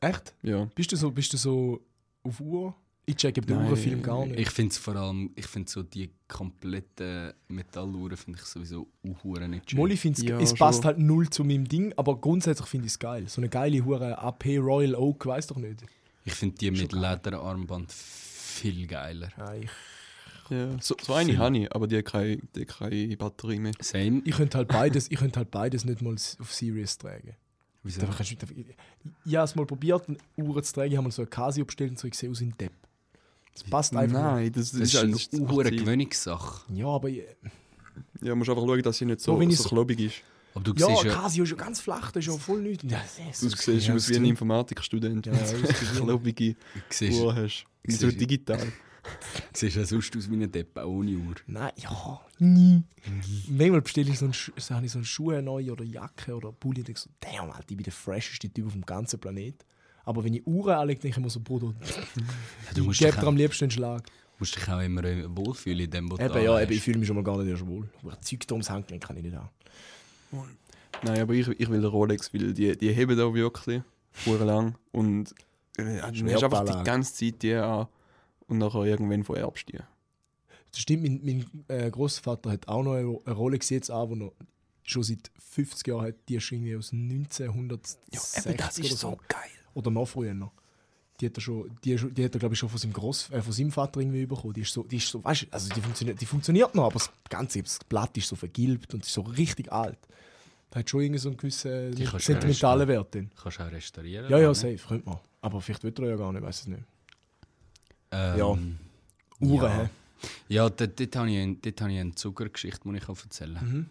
A: Echt?
D: Ja.
A: Bist du so, bist du so auf Uhr? Ich check eben den
D: Nein,
A: Uhrenfilm gar nicht.
B: Ich finde es vor allem, ich finde so die kompletten Metalluhren finde ich sowieso uhuere nicht schön.
A: Molly findet
D: Ja,
A: es passt
D: schon.
A: halt null zu meinem Ding, aber grundsätzlich finde ich es geil. So eine geile Hure AP Royal Oak, weiß doch nicht.
B: Ich finde die mit Lederarmband viel geiler.
A: Nein, ich,
D: ja. So, so eine habe ich, aber die hat keine, die hat keine Batterie mehr.
B: Same.
A: ich könnte halt beides, ich könnte halt beides nicht mal s- auf Serious tragen.
B: Wieso?
A: Einfach kannst du- Ich, ich habe es mal probiert, eine Uhr zu tragen, ich habe mal so eine Casio bestellt und so, ich sehe aus wie ein Depp. Das passt einfach
D: Nein, das, das
B: Das
D: ist
B: ist
D: halt
B: eine uhuere Gewöhnungssache.
A: nicht. Ja, aber ich,
D: Ja, du musst einfach schauen, dass sie nicht
A: So,
D: so,
A: wenn
D: so
A: ich's-
D: klobig ist.
B: Aber du
A: ja,
B: siehst ja,
A: Casio ist ja ganz flach, das ist ja voll nichts. Ja, das
D: Du
A: ist-
D: siehst
A: ja,
D: aus wie ein Informatikstudent, wenn
A: Ja,
D: du eine klobige
B: siehst,
D: Uhr hast. Mit so
B: siehst-
D: digital.
B: siehst ja sonst aus wie ein Depp, auch ohne Uhr.
A: Nein, ja, nie. Manchmal bestelle ich so einen, Schu- so habe ich so einen Schuh neu oder Jacke oder Pulli und denke so, damn, Alter, ich bin der fresheste Typ auf dem ganzen Planet. Aber wenn ich Uhren anlege, denke ich immer so, Bruder,
B: Ja, du
A: ich
B: musst dich,
A: gebe dir am
B: auch,
A: liebsten einen Schlag.
B: musst dich auch immer äh, wohlfühlen in dem, was du
A: Eben, ja,
B: anhast.
A: eben, ich fühle mich schon mal gar nicht erst wohl. Aber Zeug da ums Handgelenk kann ich nicht haben.
D: Nein, aber ich, ich will eine Rolex, weil die, die heben da wirklich sehr lang. Und äh, du hast einfach
A: Schwerballag.
D: die ganze Zeit die an und nachher irgendwann vererbst du die.
A: Das stimmt, mein, mein äh, Großvater hat auch noch eine, eine Rolex jetzt an, die noch schon seit 50 Jahren hat, die ist irgendwie aus 1960 oder so.
D: geil.
A: Oder noch früher noch. Die hat er, schon, die, ist- die hat er glaube ich, schon von seinem, Gross, äh, von seinem Vater irgendwie bekommen. Die ist so, die ist so weißt du, also die funktioniert, die funktioniert noch, aber das Ganze, das Blatt ist so vergilbt und ist so richtig alt. Das hat schon irgendwie so einen gewissen
B: Die kannst du
A: sentimentalen Wert. Dann.
B: Kannst du auch restaurieren.
A: Ja, ja,
B: oder?
A: safe, könnte man. Aber vielleicht wird er ja gar nicht, weiß es nicht.
B: Ähm,
A: Ja. Uhren, hä?
B: Ja, dort, dort habe ich, ein- dort habe ich eine Zuckergeschichte, die ich auch erzählen kann.
A: Mhm.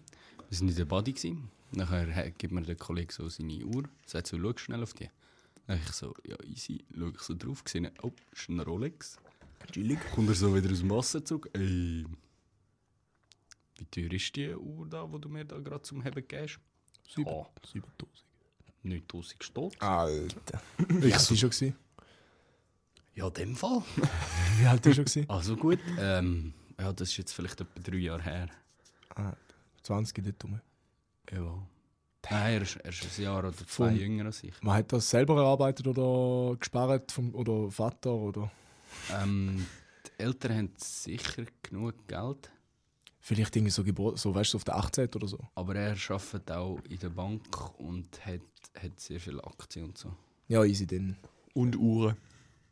B: Wir waren in der Body. Gewesen. Nachher hat- gibt mir der Kollege so seine Uhr, sagt so, schau schnell auf die. Dann ich so, ja easy, schau ich so drauf, gesehen, oh, ist ein Rolex.
A: Chillig.
B: Kommt er so wieder aus dem Wasser zurück, ey. Wie teuer ist die Uhr da, die du mir da gerade zum Heben gibst?
A: Sieben-
B: Ah,
A: 7000.
B: 9000 Stolz.
A: Ah. Alter. Wie alt war schon? gewesen?
B: Ja, in dem Fall.
A: Wie alt war schon? gewesen?
B: Also gut, ähm, ja, das ist jetzt vielleicht etwa drei Jahre her.
A: Ah, 20 dort rum.
B: Ja. Nein, er ist, er ist ein Jahr oder zwei
A: Vom-
B: jünger als ich.
A: Man hat das selber erarbeitet oder gespart vom oder Vater oder.
B: Ähm, die Eltern haben sicher genug Geld,
A: Vielleicht irgendwie so Geburt, so weißt du, so auf der 18 oder so.
B: aber er arbeitet auch in der Bank und hat, hat sehr viele Aktien und so.
A: Ja, easy dann.
D: Und Uhren.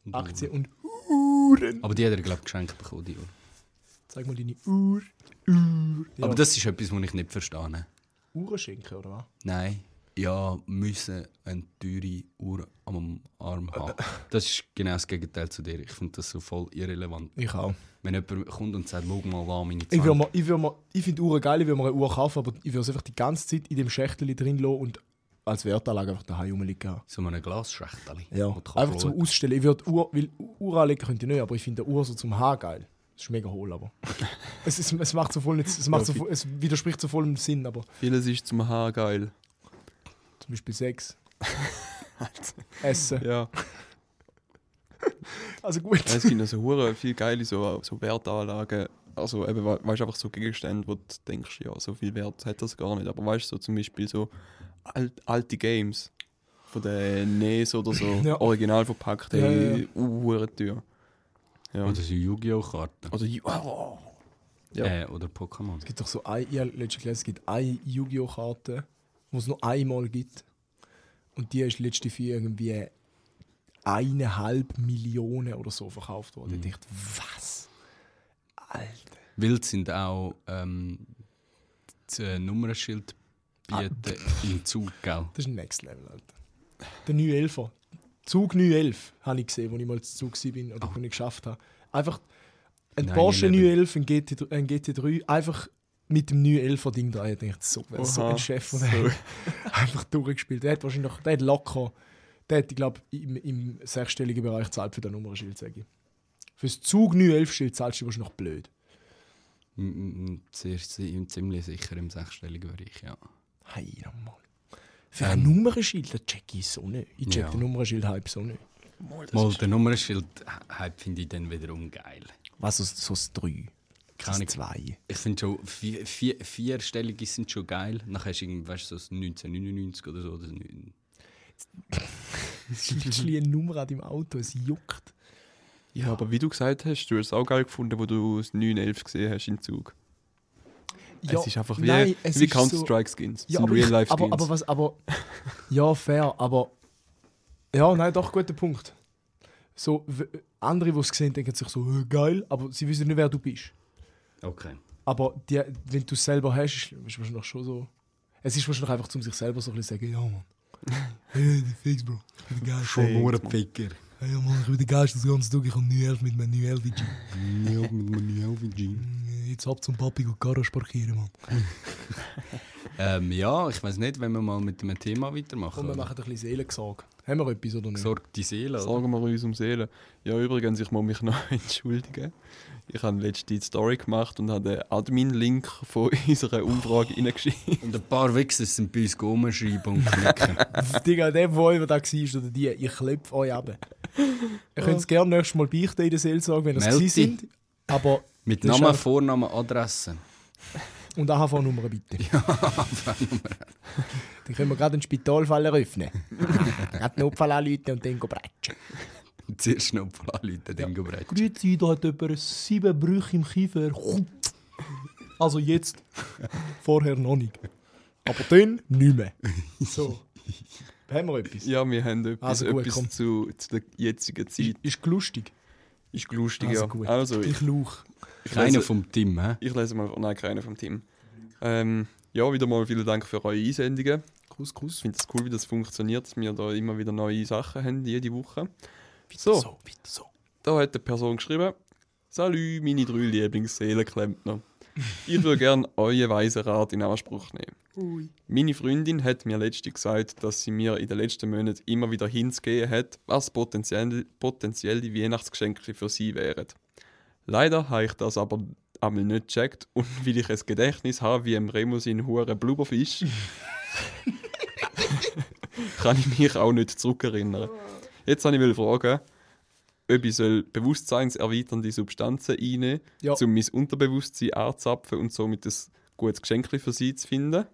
B: Und
A: Aktien und
B: Uhren. Aber die hat er, glaube ich, geschenkt bekommen, die Uhr.
A: zeig mal deine Uhr. Uhr. Ja,
B: Aber das ist etwas, was ich nicht verstehe.
A: Uhren schenken, oder was?
B: Nein, ja, müssen eine teure Uhr am Arm haben.
A: Äh,
B: Das ist genau das Gegenteil zu dir. Ich finde das so voll irrelevant.
A: Ich auch.
B: Wenn jemand kommt und sagt, schau mal da meine
A: Ich, würd
B: Zahn.
A: mal, ich, würd mal, ich finde Uhren geil, ich würde mir eine Uhr kaufen, aber ich würde es einfach die ganze Zeit in dem Schächtel drin lassen und als Wertanlage einfach daheim rumliegen haben.
B: So einem Glasschächtel.
A: Ja,
B: wo du
A: einfach
B: kannst
A: zum
B: schauen.
A: Ausstellen. Ich würde Uhr, weil U- Uhr anlegen könnte ich nicht, aber ich finde eine Uhr so zum Haar geil. Es ist mega hohl, aber. es, ist, es macht so voll nicht, es, macht so, voll- es widerspricht so voll dem Sinn, aber
D: Vieles ist zum Haar geil.
A: zum Beispiel Sex. Essen.
D: <laughs> Ja.
A: Also gut.
D: Es gibt also hure viel geile so, so Wertanlagen, also eben, we weißt du, einfach so Gegenstände, wo du denkst, ja, so viel Wert hat das gar nicht. Aber weißt du, so zum Beispiel so alt, alte Games von der NES oder so,
A: <laughs> Ja.
D: original verpackt,
A: Ja, ja,
D: hey,
A: ja.
D: uhren teuer. Ja.
B: Oder so Yu-Gi-Oh!-Karten.
D: Also, ju- oh, Ja.
B: Äh, oder Pokémon.
A: Es gibt doch so ein, ich habe letztens gelesen, es gibt eine Yu-Gi-Oh! Karte, die es nur einmal gibt. Und die ist letzte für irgendwie eineinhalb Millionen oder so verkauft worden. Ich dachte, was? Alter.
B: Wild sind auch ähm, das äh, Nummernschildbieten im Zug, gell?
A: Das ist ein Next Level, Alter. Der 911er. Zug 911 habe ich gesehen, als ich mal zu Zug war oder wo ich geschafft habe. Einfach ein
B: Nein,
A: Porsche
B: ich lebe.
A: 911, ein, GT, ein GT3, einfach mit dem 911er Ding da. Ich dachte, so,
D: Oha,
A: so ein Chef von
D: so.
A: dem. <laughs> einfach durchgespielt. Der hat wahrscheinlich, der hat locker, der hat, ich glaube, im, im sechsstelligen Bereich zahlt für den Nummernschild, sage ich. Für das Zug 911 Schild zahlst du wahrscheinlich blöd.
B: M- m- Zuerst si- ziemlich sicher im sechsstelligen Bereich, ja.
A: Hey, nochmal. Für ein Nummernschild, das check ich so nicht. Ich check
B: Ähm. Ja.
A: den Nummernschild-Hype so nicht.
B: Mal, der Nummernschild-Hype finde ich dann wiederum geil.
A: Was so, so das 3?
B: Keine Ahnung.
A: zwei.
B: Ich finde schon, vier, vier, vierstellige sind schon geil. Nachher hast du irgendwie, weißt du, so das 1999 oder so. Oder so neun-
A: Es ist literally eine Nummer an deinem Auto, es juckt.
D: Ja, aber wie du gesagt hast, du hast es auch geil gefunden, wo du das 911 gesehen hast im Zug. es ist einfach wie,
A: nein, es
D: wie
A: ist
D: Counter-Strike-Skins.
A: So, ja,
D: sind
A: aber, ich,
D: Real-Life-Skins.
A: aber, aber was, aber. Ja, fair, aber. Ja, nein, doch, guter Punkt. So, w- andere, die es sehen, denken sich so, «Äh, geil, aber sie wissen nicht, wer du bist.
B: Okay.
A: Aber die, wenn du es selber hast, ist ist wahrscheinlich schon so. Es ist wahrscheinlich einfach, um sich selber so ein bisschen zu sagen, ja,
D: <laughs>
A: Mann. Hey, die Fix, Bro. Ich bin der Geilste.
B: nur ein Ficker.
A: Hey, oh Mann, ich bin der Geilste das ganze Tag. Ich habe 911 mit meinem 911 LG.
B: Ja, mit meinem Elvin
A: Jetzt ab zum Papi und Garage parkieren, Mann.
B: Ähm, ja, ich weiß nicht, wenn wir mal mit dem Thema weitermachen.
A: Komm, wir
B: oder?
A: machen ein bisschen Seelengesag. Haben wir etwas oder nicht?
B: Sorgt die Seele. oder?
D: Sorgen wir uns um Seelen. Ja, übrigens, ich muss mich <laughs> noch entschuldigen. Ich habe letzte die Story gemacht und habe den Admin-Link von <laughs> unserer Umfrage reingeschickt.
B: Und ein paar Wichser sind bei uns rumschreiben und knicken.
A: Digga, der, wo immer da war oder die, ich klopfe euch ab. Ihr könnt es gerne nächstes Mal beichten in der Seelsorge, wenn ihr es
B: Meld
A: gewesen
B: dich.
A: sind. Aber
B: Mit
A: Das ist
B: Namen,
A: einfach-
B: Vornamen, Adresse.
A: Und AHV-Nummer bitte. Ja, <laughs> AHV-Nummer. Dann können wir gerade einen Spitalfall eröffnen. <laughs> gerade den Notfall anrufen und dann bretschen.
B: Zuerst noch ein paar Leute den ja.
A: Grüezi, da hat jemand sieben Brüche im Kiefer. Also jetzt. Vorher noch nicht. Aber dann nicht mehr. So. Haben wir etwas?
D: Ja, wir haben etwas,
A: Also gut,
D: etwas
A: komm.
D: zu, zu der jetzigen Zeit.
A: Ist, ist lustig.
D: Ist lustig,
A: Also
D: ja.
A: gut.
D: Also, ich,
A: Ich lauch.
D: ich,
B: Keiner
D: lese,
B: vom Team, hä?
D: ich lese mal... oh Nein, keiner vom Team. Ähm, ja, wieder mal vielen Dank für eure Einsendungen.
A: Kuss,
D: Ich
A: Kuss.
D: finde es cool, wie das funktioniert, dass wir da immer wieder neue Sachen haben, jede Woche. So.
A: bitte so.
D: Da hat eine Person geschrieben: Salü, meine drei Lieblingsseelenklempner. Ich würde gerne <laughs> euren weisen Rat in Anspruch nehmen.
A: Ui.
D: Meine Freundin hat mir letztens gesagt, dass sie mir in den letzten Monaten immer wieder Hints gegeben hat, was potenziell, potenzielle Weihnachtsgeschenke für sie wären. Leider habe ich das aber einmal nicht gecheckt und <laughs> weil ich ein Gedächtnis habe wie im Remo sein hure Blubberfisch, <laughs> kann ich mich auch nicht zurückerinnern. Jetzt wollte ich fragen, ob ich soll bewusstseinserweiternde Substanzen einnehmen
A: Ja.
D: um mein Unterbewusstsein anzapfen und somit ein gutes Geschenk für sie zu finden.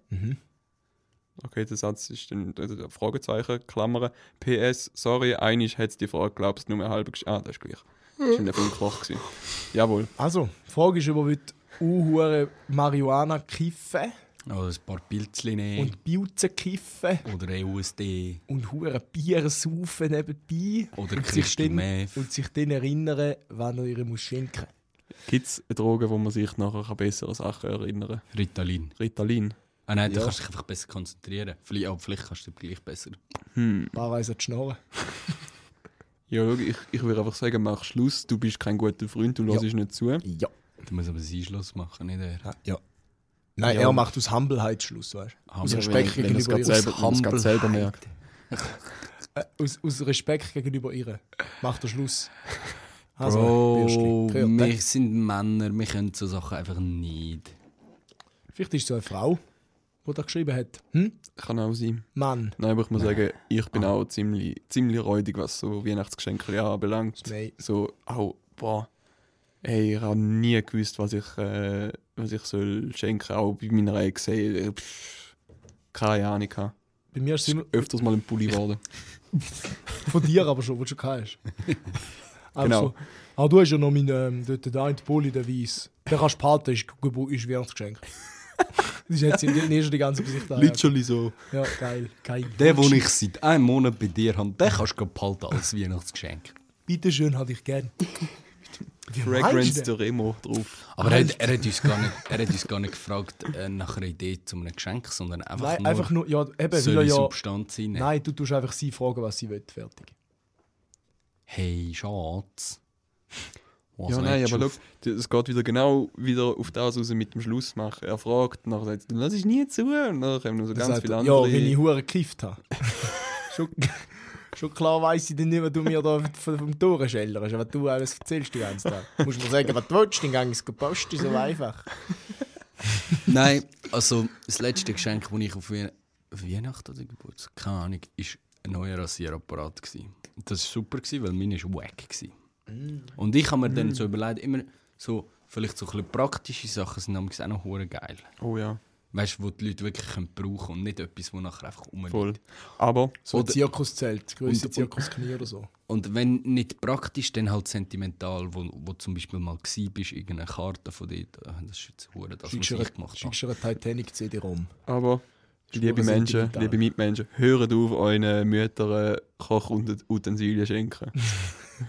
D: Okay, der Satz ist dann also ein Fragezeichen, Klammern. PS, sorry, einig hätte die Frage, glaubst du, nur halb gesch- Ah, das ist gleich. Das war in der Funkloch. gewesen. Jawohl.
A: Also, die Frage ist, ob wir uhure Marihuana kiffen
B: Oder ein paar Pilzchen nehmen.
A: und Pilze kiffen
B: Oder E EUSD.
A: und hure Bier saufen nebenbei
B: Oder
A: und, sich
B: Crystal
A: dann,
B: Meth.
A: und sich dann erinnern, wann er ihr muss schenken.
D: Gibt es Drogen, wo man sich nachher an bessere Sachen erinnern kann?
B: Ritalin.
D: Ritalin.
B: Ah nein,
D: Ja.
B: du kannst dich einfach besser konzentrieren. Vielleicht, aber vielleicht kannst du gleich besser.
A: Ein paar Weise zu schnarren.
D: Ja, schau, ich, ich würde einfach sagen, mach Schluss, du bist kein guter Freund, du
A: Ja.
D: hörst nicht zu.
A: Ja.
B: Du musst aber einen Einschluss machen, nicht er.
A: ja. Nein,
D: Ja.
A: er macht aus Humbleheit Schluss, weißt du? Aus
B: Humbleheit.
A: Respekt
D: Wenn er es
A: gegenüber
D: gerade
A: ihr.
D: selber, wenn er es gerade selber
B: Humbleheit.
D: merkt.
A: Äh, aus, aus Respekt gegenüber ihr macht er <laughs> Schluss.
B: Bro,
A: Also, Bürstli. Gehört, ne?
B: wir sind Männer, wir können so Sachen einfach nicht.
A: Vielleicht ist es so eine Frau, die da geschrieben hat. Hm?
D: Kann auch sein.
A: Mann.
D: Nein, aber ich muss sagen, ich bin auch ziemlich, ziemlich räudig, was so Weihnachtsgeschenke anbelangt.
A: Nein.
D: So, auch, boah, Hey, ich habe nie gewusst, was ich, äh, was ich soll schenken Auch bei meiner Ex. Hey, pff, keine Ahnung. gehabt.
A: Bei mir ist es
D: Es ist
A: immer
D: öfters mal ein Pulli geworden.
A: <laughs> von dir aber schon, wo du schon gehabt <laughs> hast. Aber
D: Genau.
A: So. Aber du hast ja noch meinen, ähm, dort den einen Pulli, den Weiss. Den kannst du behalten, ist, Gebur- ist <laughs> Weihnachtsgeschenk. das ist jetzt in der die ganze Gesicht an.
B: Literally so.
A: Ja, geil, geil.
B: Der, den ich seit einem Monat bei dir habe, den kannst du gerade behalten als Weihnachtsgeschenk.
A: Bitte schön, hatte ich gern. Wie meinst
D: Fragrance
A: du denn?
D: Doremo drauf.
B: Aber er, er, hat uns gar nicht, er hat uns gar nicht gefragt äh, nach einer Idee zu einem Geschenk, sondern einfach
A: Nein,
B: nur,
A: einfach nur, ja, eben,
B: soll
A: weil er
B: ich
A: ja.
B: Substanz sein?
A: Nein, du tust einfach sie fragen, was sie will, fertig.
B: Hey, Schatz. Was
A: Also
D: ja, nein,
B: willst
D: aber
B: du
D: schau, es geht wieder genau wieder auf das raus mit dem Schluss machen. Er fragt, nachher sagt er, das ist nie zu. Und dann kommen noch so
A: Dann
D: ganz
A: sagt
D: viele
A: er,
D: andere.
A: Ja, wenn ich Huren gekifft habe. schon, schon klar weiss ich dann nicht, was du mir da vom, vom Toren schilderst, was du alles erzählst den ganzen Tag. Du musst mir sagen, was du willst, dann gang ich es posten, so einfach.
B: Nein, also das letzte Geschenk, das ich auf Wien- auf Weihnachten oder Geburtstag, keine Ahnung, war ein neuer Rasierapparat. Gewesen. Und Das war super, gewesen, weil meine war wack. Gewesen. Und ich habe mir dann so überlegt, immer so, vielleicht so ein bisschen praktische Sachen sind nämlich auch noch hure geil.
D: Oh ja,
B: Weißt du, wo die Leute wirklich können brauchen und nicht etwas, wo nachher einfach rumliegt.
D: voll. Aber
A: So ein
B: Oder-
A: Zirkuszelt, größere
B: und-
A: Zirkusknie oder so.
B: Und wenn nicht praktisch, dann halt sentimental, wo, wo zum Beispiel mal gsi bist, irgendeine Karte von dir, ah, das ist jetzt hure, das was
A: Schickst du
B: ich gemacht habe.
A: eine Titanic-CD rum.
D: Aber,
A: Ist
D: liebe
A: pure
D: Menschen,
A: sentimental.
D: liebe Mitmenschen, hört auf, euren Müttern Koch- und
A: <laughs>
D: Utensilien schenken.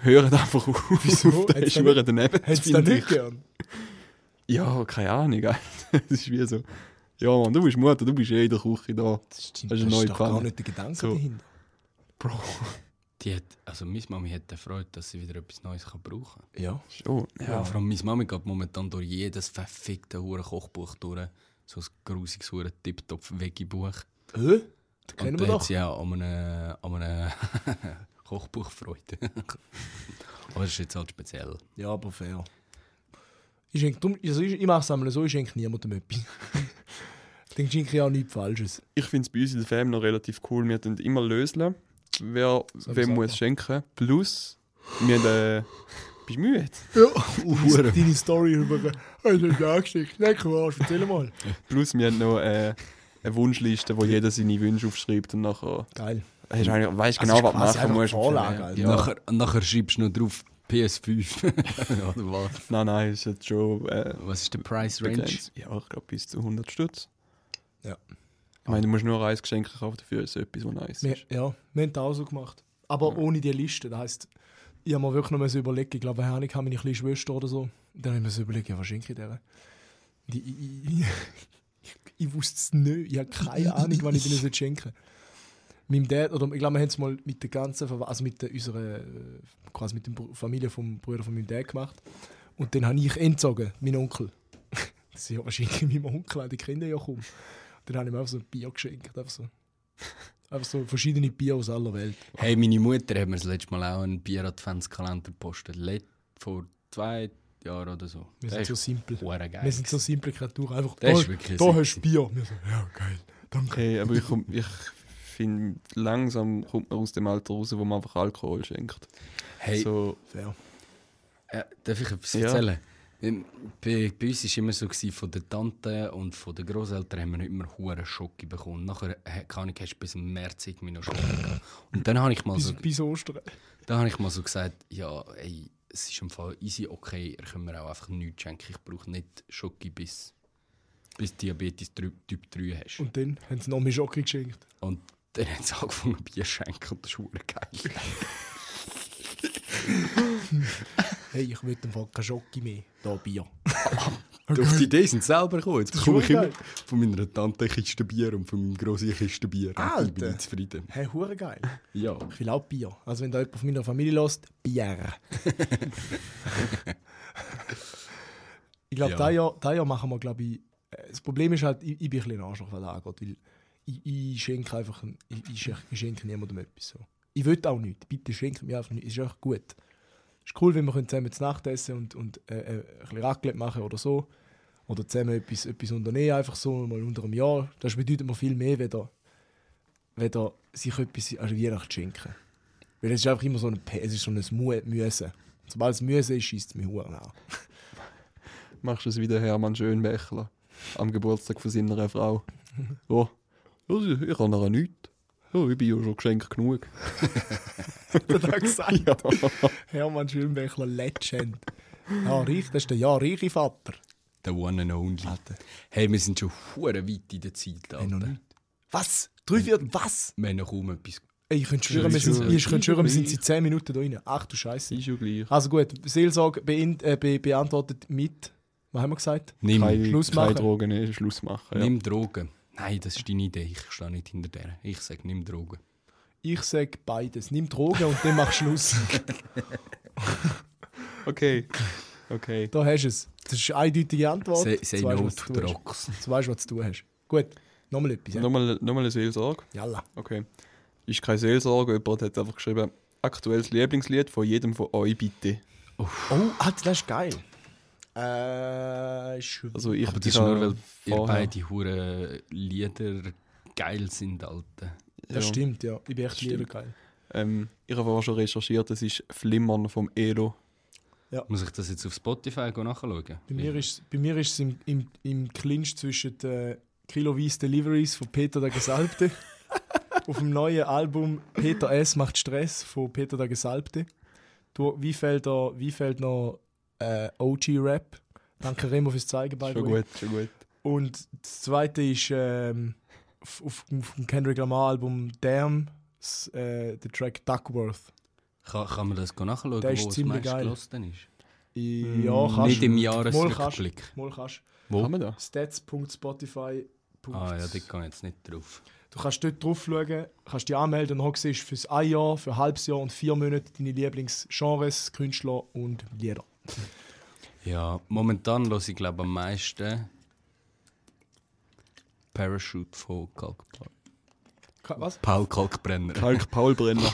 D: hört einfach auf.
A: Wieso?
D: <laughs> Das
A: Hat's
D: ist
A: da
D: schwer daneben.
A: Hättest du
D: finde
A: das nicht
D: ich.
A: gern?
D: Ja, keine Ahnung. Alter. <laughs> Das ist wie so. Ja, Mann, du bist Mutter, du bist eh in der Küche da.
A: Das stimmt,
D: Das
A: das
D: ist eine neue
A: ist doch gar
D: Pfanne.
A: nicht der Gedanke
D: So.
A: dahinter.
D: Bro.
B: Die hat, also meine Mami hat erfreut, dass sie wieder etwas Neues kann brauchen
A: Ja.
D: Oh,
B: Ja.
D: ja.
B: Vor allem meine Mami geht momentan durch jedes verfickte hure Kochbuch durch. So ein grusiges hure Tiptopf Veggie-Buch.
A: Äh? Das
B: Und
A: kennen
B: da
A: wir
B: hat
A: doch.
B: sie auch an einem, an einem <laughs> Kochbuch Freude. <laughs> Aber das ist jetzt halt speziell.
A: Ja, aber fair. Ich, schenke, drum- also ich, ich mache es einmal so, ich schenke niemandem <laughs> etwas. Dann schenke ich auch nichts Falsches.
D: Ich finde es bei uns in der Family noch relativ cool. Wir tun immer löseln. Wer wem
A: Sachen.
D: muss schenken? Plus, wir haben. Äh, <laughs> bist du müde?
A: Deine deine Story über «Hast du das angeschickt?» Nein, Quatsch, erzähl mal.
D: Plus, wir haben noch äh, eine Wunschliste, wo jeder seine Wünsche aufschreibt und nachher.
A: Geil.
D: Hast du eigentlich, weißt
A: Also
D: genau,
A: ist
D: was
A: quasi
D: du machen
A: einfach
D: musst.
A: Vorlage, also.
D: Ja.
A: Alter.
B: Und Nachher, und nachher schreibst du noch drauf
A: <laughs>
B: PS5. Oder was?
D: Nein, nein, ist jetzt schon äh,
B: Was ist der Price Range?
D: begrenzt. Ja, ich glaube bis zu 100 Stutz.
A: Ja.
D: Ich meine, du musst nur ein Geschenk kaufen, dafür ist etwas, was nice
A: Wir,
D: ist.
A: ja, wir haben das auch so gemacht. Aber ohne die Liste. Das heisst, ich habe mir wirklich noch mal so überlegt, ich glaube, Herr ich habe meine kleine Schwester oder so. Dann habe ich mir so überlegt, ja, was schenke ich der? Ich, ich, ich, ich wusste es nicht. Ich habe keine Ahnung, wann ich denen schenken soll. Meinem Dad, oder ich glaube, wir haben es mal mit der ganzen, Verwa- also mit der, unserer, äh, quasi mit der Br- Familie vom Bruder von meinem Dad gemacht. Und dann habe ich entzogen, meinen Onkel. <laughs> Das ist ja wahrscheinlich <laughs> meinem Onkel, weil die Kinder ja kommen. Dann habe ich mir einfach so ein Bier geschenkt, einfach so. Einfach so verschiedene Bier aus aller Welt.
B: Hey, meine Mutter hat mir das letzte Mal auch einen Bier-Adventskalender gepostet. Let vor zwei Jahren oder so.
A: Wir
B: Der
A: sind so
B: ist
A: simpel.
B: hure geil.
A: Wir sind so simple Kreaturen. Einfach,
B: Der
A: da,
B: ist wirklich
A: da
B: simpel.
A: hast du Bier. Wir so, ja, geil. Danke.
D: Hey, aber ich, komm- ich finde, langsam kommt man aus dem Alter raus, wo man einfach Alkohol schenkt.
B: Hey,
D: So,
A: Fair.
B: Äh, darf ich etwas
D: Ja.
B: erzählen? Ähm, Bei, bei uns war immer so, gewesen, von der Tante und von den Großeltern haben wir immer hohen Schock bekommen. Nachher äh, keine Ahnung, hast du bis im März irgendwie noch Schock gehabt. Und dann habe ich, mal so,
A: bis, bis Ostern.
B: dann hab ich mal so gesagt, ja, ey, es ist im Fall easy, okay, ihr könnt mir auch einfach nichts schenken. Ich brauche nicht Schocke bis, bis Diabetes Try- Typ 3 hast. Und,
A: Und dann haben sie noch mehr Schocke geschenkt.
B: dann haben sie <laughs> angefangen, Bier zu schenken und das ist hure geil.
A: Hey, ich will im Fall keine Schocke mehr. Da Bier.
B: Auf die Idee sind sie selber gekommen. Jetzt bekomme ich
A: schon
B: immer
A: geil.
B: von meiner Tante eine Kiste Bier und von meinem Grossi eine Kiste Bier. Und Ich bin
A: Alter.
B: nicht zufrieden.
A: Hey, hure geil.
B: Ja.
A: Ich will auch Bier. Also wenn da jemand von meiner Familie lässt, Bier. ich glaube,
B: Ja.
A: ja. Jahr, dieses Jahr machen wir, glaube ich... äh, Das Problem ist halt, ich, ich bin ein bisschen ein Arschloch, was das angeht, weil ich, ich schenke einfach... ein- Ich, ich, schenke, ich schenke niemandem etwas. So. Ich will auch nichts. Bitte schenkt mir einfach nichts. Es ist einfach gut. Es ist cool, wenn wir können zusammen zu Nacht essen und, und äh, äh, ein bisschen Raclette machen oder so. Oder zusammen etwas, etwas unternehmen, einfach so mal unter einem Jahr. Das bedeutet mir viel mehr, wenn da wenn da sich etwas an Weihnachten schenken. Weil es ist einfach immer so ein, Pe- es ist so ein Mu- Müssen. Sobald es müsse ist, schießt es mich Huren <laughs> an.
D: Machst du es wieder Hermann Schönbächler am Geburtstag von
A: <laughs>
D: seiner Frau? Ja, ja sie- ich habe nachher nichts. Ja, ich bin ja schon geschenkt genug.
A: Hat er gesagt? Hermann Schönbächler, Legend. Ja, reich, das ist der ja reiche Vater.
B: Der one and only. Hey, wir sind schon hure weit in der Zeit, Alter.
A: noch nicht. Was? Drei Viertel? Was?
B: Wir haben noch kaum etwas...
A: Ey, ich könnte schwören, wir sind,
B: Schön.
A: ich könnte schwören, wir sind seit 10 Minuten da rein. Ach du Scheiße.
D: Ist ja gleich.
A: Also gut, Seelsorge bein- äh, be beantwortet mit. Was haben wir gesagt?
B: Nimm,
D: Keine,
A: Schluss
D: keine
A: machen.
D: Drogen, nee, Schluss machen. Ja.
B: nimm Drogen. Nein, das ist deine Idee. Ich stehe nicht hinter der. Ich sage, nimm Drogen.
A: Ich sage beides. Nimm Drogen und dann mach <laughs> Schluss.
D: Okay. Okay.
A: da hast du es. Das ist eine eindeutige Antwort.
B: Say, say
A: Jetzt weisst du,
B: no
A: was
B: to
A: du tust.
B: drugs.
A: Jetzt weisst du, was du tun hast. Gut, nochmal etwas. Ja?
D: Nochmal, nochmal eine Seelsorge.
A: Jalla.
D: Okay. Ist keine Seelsorge, jemand hat einfach geschrieben, aktuelles Lieblingslied von jedem von euch bitte.
A: Oh, Alter, das ist geil. Äh, ist
D: Also ich
B: Aber das
D: ich
B: ist nur,
D: hab
B: weil ihr
D: vorher-
B: beide hure Lieder geil sind, Alter.
A: Das
D: ja.
A: stimmt, ja. Ich bin echt lieber
D: Stimmt.
A: geil.
D: Ähm, ich habe aber schon recherchiert, es ist Flimmern vom Elo.
B: Muss ich das jetzt auf Spotify go nachschauen?
A: Bei mir ist, bei mir ist es im, im, im Clinch zwischen den Kiloweise Deliveries von Peter der Gesalbte auf dem neuen Album Peter S. macht Stress von Peter der Gesalbte. Du, wie fehlt da, wie fehlt noch äh, OG-Rap? Danke Remo fürs Zeigen, by the
D: Schon
A: way.
D: gut, schon gut.
A: Und das zweite ist ähm, auf, auf, auf dem Kendrick Lamar-Album Damn, s- äh, der Track Duckworth.
B: Kann, kann man das go nachschauen,
A: Der ist
B: wo es
A: ziemlich
B: meist
A: geil.
B: gelesen ist?
A: I-
D: Mm,
A: Ja, kannst
B: Nicht im
A: Mal kannst du.
B: Jahresrückblick.
A: Mal kannst
B: Wo?
D: Haben wir da?
A: du. Stats.spotify.
B: Ah ja, dort gehe ich jetzt nicht drauf.
A: Du kannst dort drauf schauen, kannst dich anmelden und dann siehst du fürs ein Jahr, für ein halbes Jahr und vier Monate deine Lieblingsgenres, Künstler und Lieder.
B: Ja, momentan höre ich glaube am meisten Parachute von Kalkbrenner.
A: Ka- Was?
B: Paul Kalkbrenner. <laughs>
D: Kalk Paul Brenner.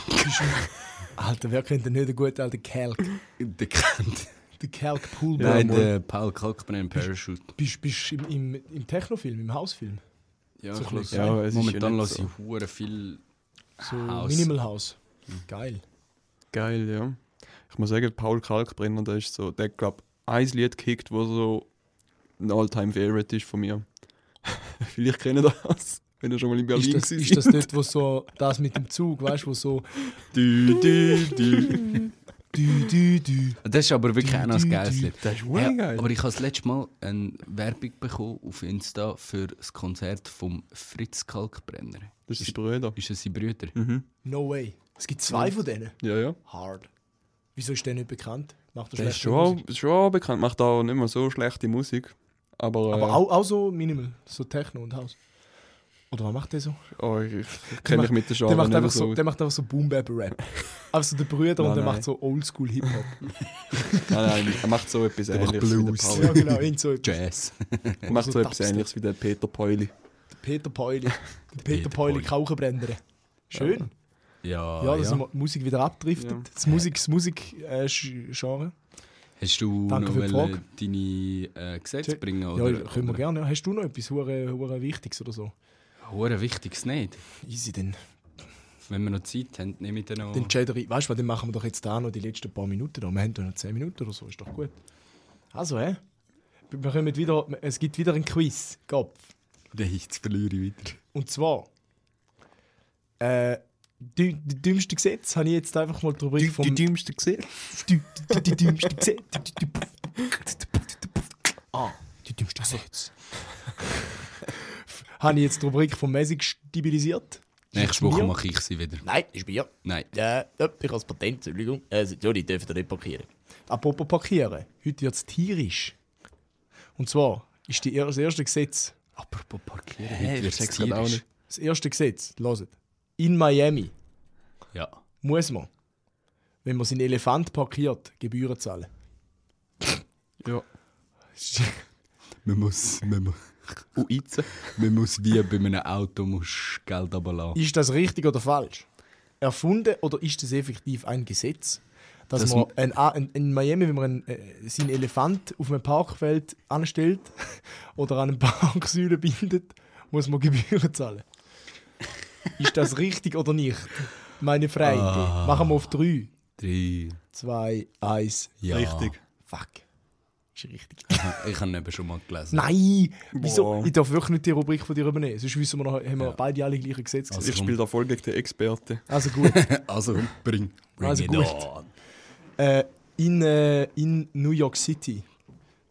A: Alter, wer kennt denn nicht den guten alten Kelk? <laughs>
B: der kennt.
A: Den Kelk Poolboy.
B: Nein,
A: Mann.
B: der Paul Kalkbrenner Parachute.
A: Bist du im, im, im Technofilm, im Hausfilm?
B: Ja,
A: So
B: ich
A: ein
B: höre-
A: bisschen.
D: Ja, es ist
B: momentan
D: ja
B: höre
D: nicht so.
B: ich hure viel
A: So
B: Haus.
A: Minimal House. Geil.
D: Geil, ja. Ich muss sagen, Paul Kalkbrenner, der ist so, der glaub ein Lied kickt, wo so ein Alltime Favorite ist von mir. <laughs> Vielleicht kennt ihr das, wenn ihr schon mal in
A: Ist
D: Berlin
A: das,
D: gewesen
A: ist das dort, wo so das mit dem Zug, weißt du, wo so
D: Dü, dü, dü.
A: dü, dü, dü.
B: Das ist aber wirklich
A: Du,
B: einer das
A: du,
B: geiles
A: du.
B: Lied.
D: Das ist wirklich geil.
B: Aber ich habe das letzte Mal eine Werbung bekommen auf Insta für das Konzert vom Fritz Kalkbrenner.
D: Das ist Mhm. die Brüder.
B: Ist das sein Brüder?
A: No way. Es gibt zwei von denen.
D: Ja, ja.
A: Hard. Wieso ist der nicht bekannt? Macht er
D: Der ist
A: schlechte
D: schon,
A: Musik?
D: auch- schon auch bekannt, macht auch nicht mehr so schlechte Musik. Aber,
A: Aber
D: äh,
A: auch, auch so Minimal, so Techno und House. Oder was macht der so?
D: Oh, ich, ich kenne mich mit der Genre
A: der, macht
D: nicht mehr
A: einfach so, der macht einfach so Boom Bap
D: <laughs>
A: Rap. Also der Brüder
D: Nein,
A: und der
D: nein.
A: macht so Oldschool Hip
D: <laughs>
A: Hop.
D: Nein, nein, er macht
A: <laughs>
D: so etwas
B: Der macht
D: ähnliches wie der
B: Blues.
D: Paul.
A: ja genau, irgend so etwas.
B: Jazz.
D: Er
A: <laughs>
D: macht so
A: So
D: etwas
A: Dubstep.
D: ähnliches wie der Peter Peuli.
A: Peter
D: <laughs>
A: Peuli. Der Peter
B: Peter
A: Peuli
B: Pauli.
A: Kauchenbrenner. Schön.
B: Ja,
A: Ja,
B: ja,
A: dass die Musik wieder abdriftet.
D: Ja.
A: Das Musik, das Musik, äh, Sch- Genre.
B: Hast du
A: Danke
B: noch
A: für die
B: wollen deine äh, Gesetze
A: Tja.
B: bringen?
A: Ja,
B: Oder,
A: ja, können wir gerne. ja. Hast du noch etwas hure, hure Wichtiges oder so? Ah.
B: gerne. Hure wichtiges nicht.
A: Easy dann.
B: Wenn wir noch Zeit haben, nehme ich dann noch...
A: Den Cheddar, weißt du, was, dann machen wir doch jetzt da noch die letzten paar Minuten. Da. Wir haben doch noch 10 Minuten oder so, ist doch gut. Also, hä? Wir kommen wieder, es gibt wieder einen Quiz, Kopf.
B: Den Hitz verliere ich wieder.
A: Und zwar, äh, die, die dümmste Gesetz habe ich jetzt einfach mal die Rubrik vom... Die,
D: dümmste gesehen.
A: die, <laughs> die, die dümmste Gesetz. Die- die- die- <laughs> Ah, die dümmste Gesetz. <laughs> habe ich jetzt die Rubrik vom Mäßig stabilisiert.
B: Nächste Woche
A: Mir?
B: mache ich sie wieder.
E: Nein, ist mir.
B: Nein.
E: Ja, ja, ich als Patent, Entschuldigung. Äh, sorry, ich darf da nicht parkieren.
A: Apropos parkieren, heute wird es tierisch. Und zwar ist die, das erste Gesetz,
B: Apropos parkieren.
D: Hey,
B: Heute
D: ich
B: wird's
D: check's grad auch
B: tierisch.
D: nicht.
A: das erste Gesetz, loset. In Miami
B: Ja.
A: muss man, wenn man seinen Elefant parkiert, Gebühren zahlen.
D: Ja.
B: Man muss, man, mu-
D: Und jetzt?
B: man muss wie bei einem Auto musst du Geld runterlassen.
A: Ist das richtig oder falsch? Erfunden oder ist das effektiv ein Gesetz? Dass
B: Das
A: man ein, A- ein, in Miami, wenn man einen, äh, seinen Elefant auf einem Parkfeld anstellt <laughs> oder an einem Parksäule bindet, muss man Gebühren zahlen.
B: Ah.
A: Ist das richtig oder nicht? Meine Freunde, machen wir auf drei.
B: Drei.
A: 2, 1.
B: Ja.
D: Richtig.
A: Fuck. Ist richtig.
B: Ich habe eben schon mal gelesen.
A: Nein! Wieso?
D: Wow.
A: Ich darf wirklich nicht die Rubrik von dir übernehmen. Sonst wissen wir noch, haben wir
B: Ja.
A: beide alle gleiche Gesetze
B: Also-
A: also,
D: Ich spiele da voll gegen den Experten.
A: also gut.
B: <laughs> Also, bring, bring
A: Also
B: it
A: gut.
B: on.
A: äh, in, äh, in New York City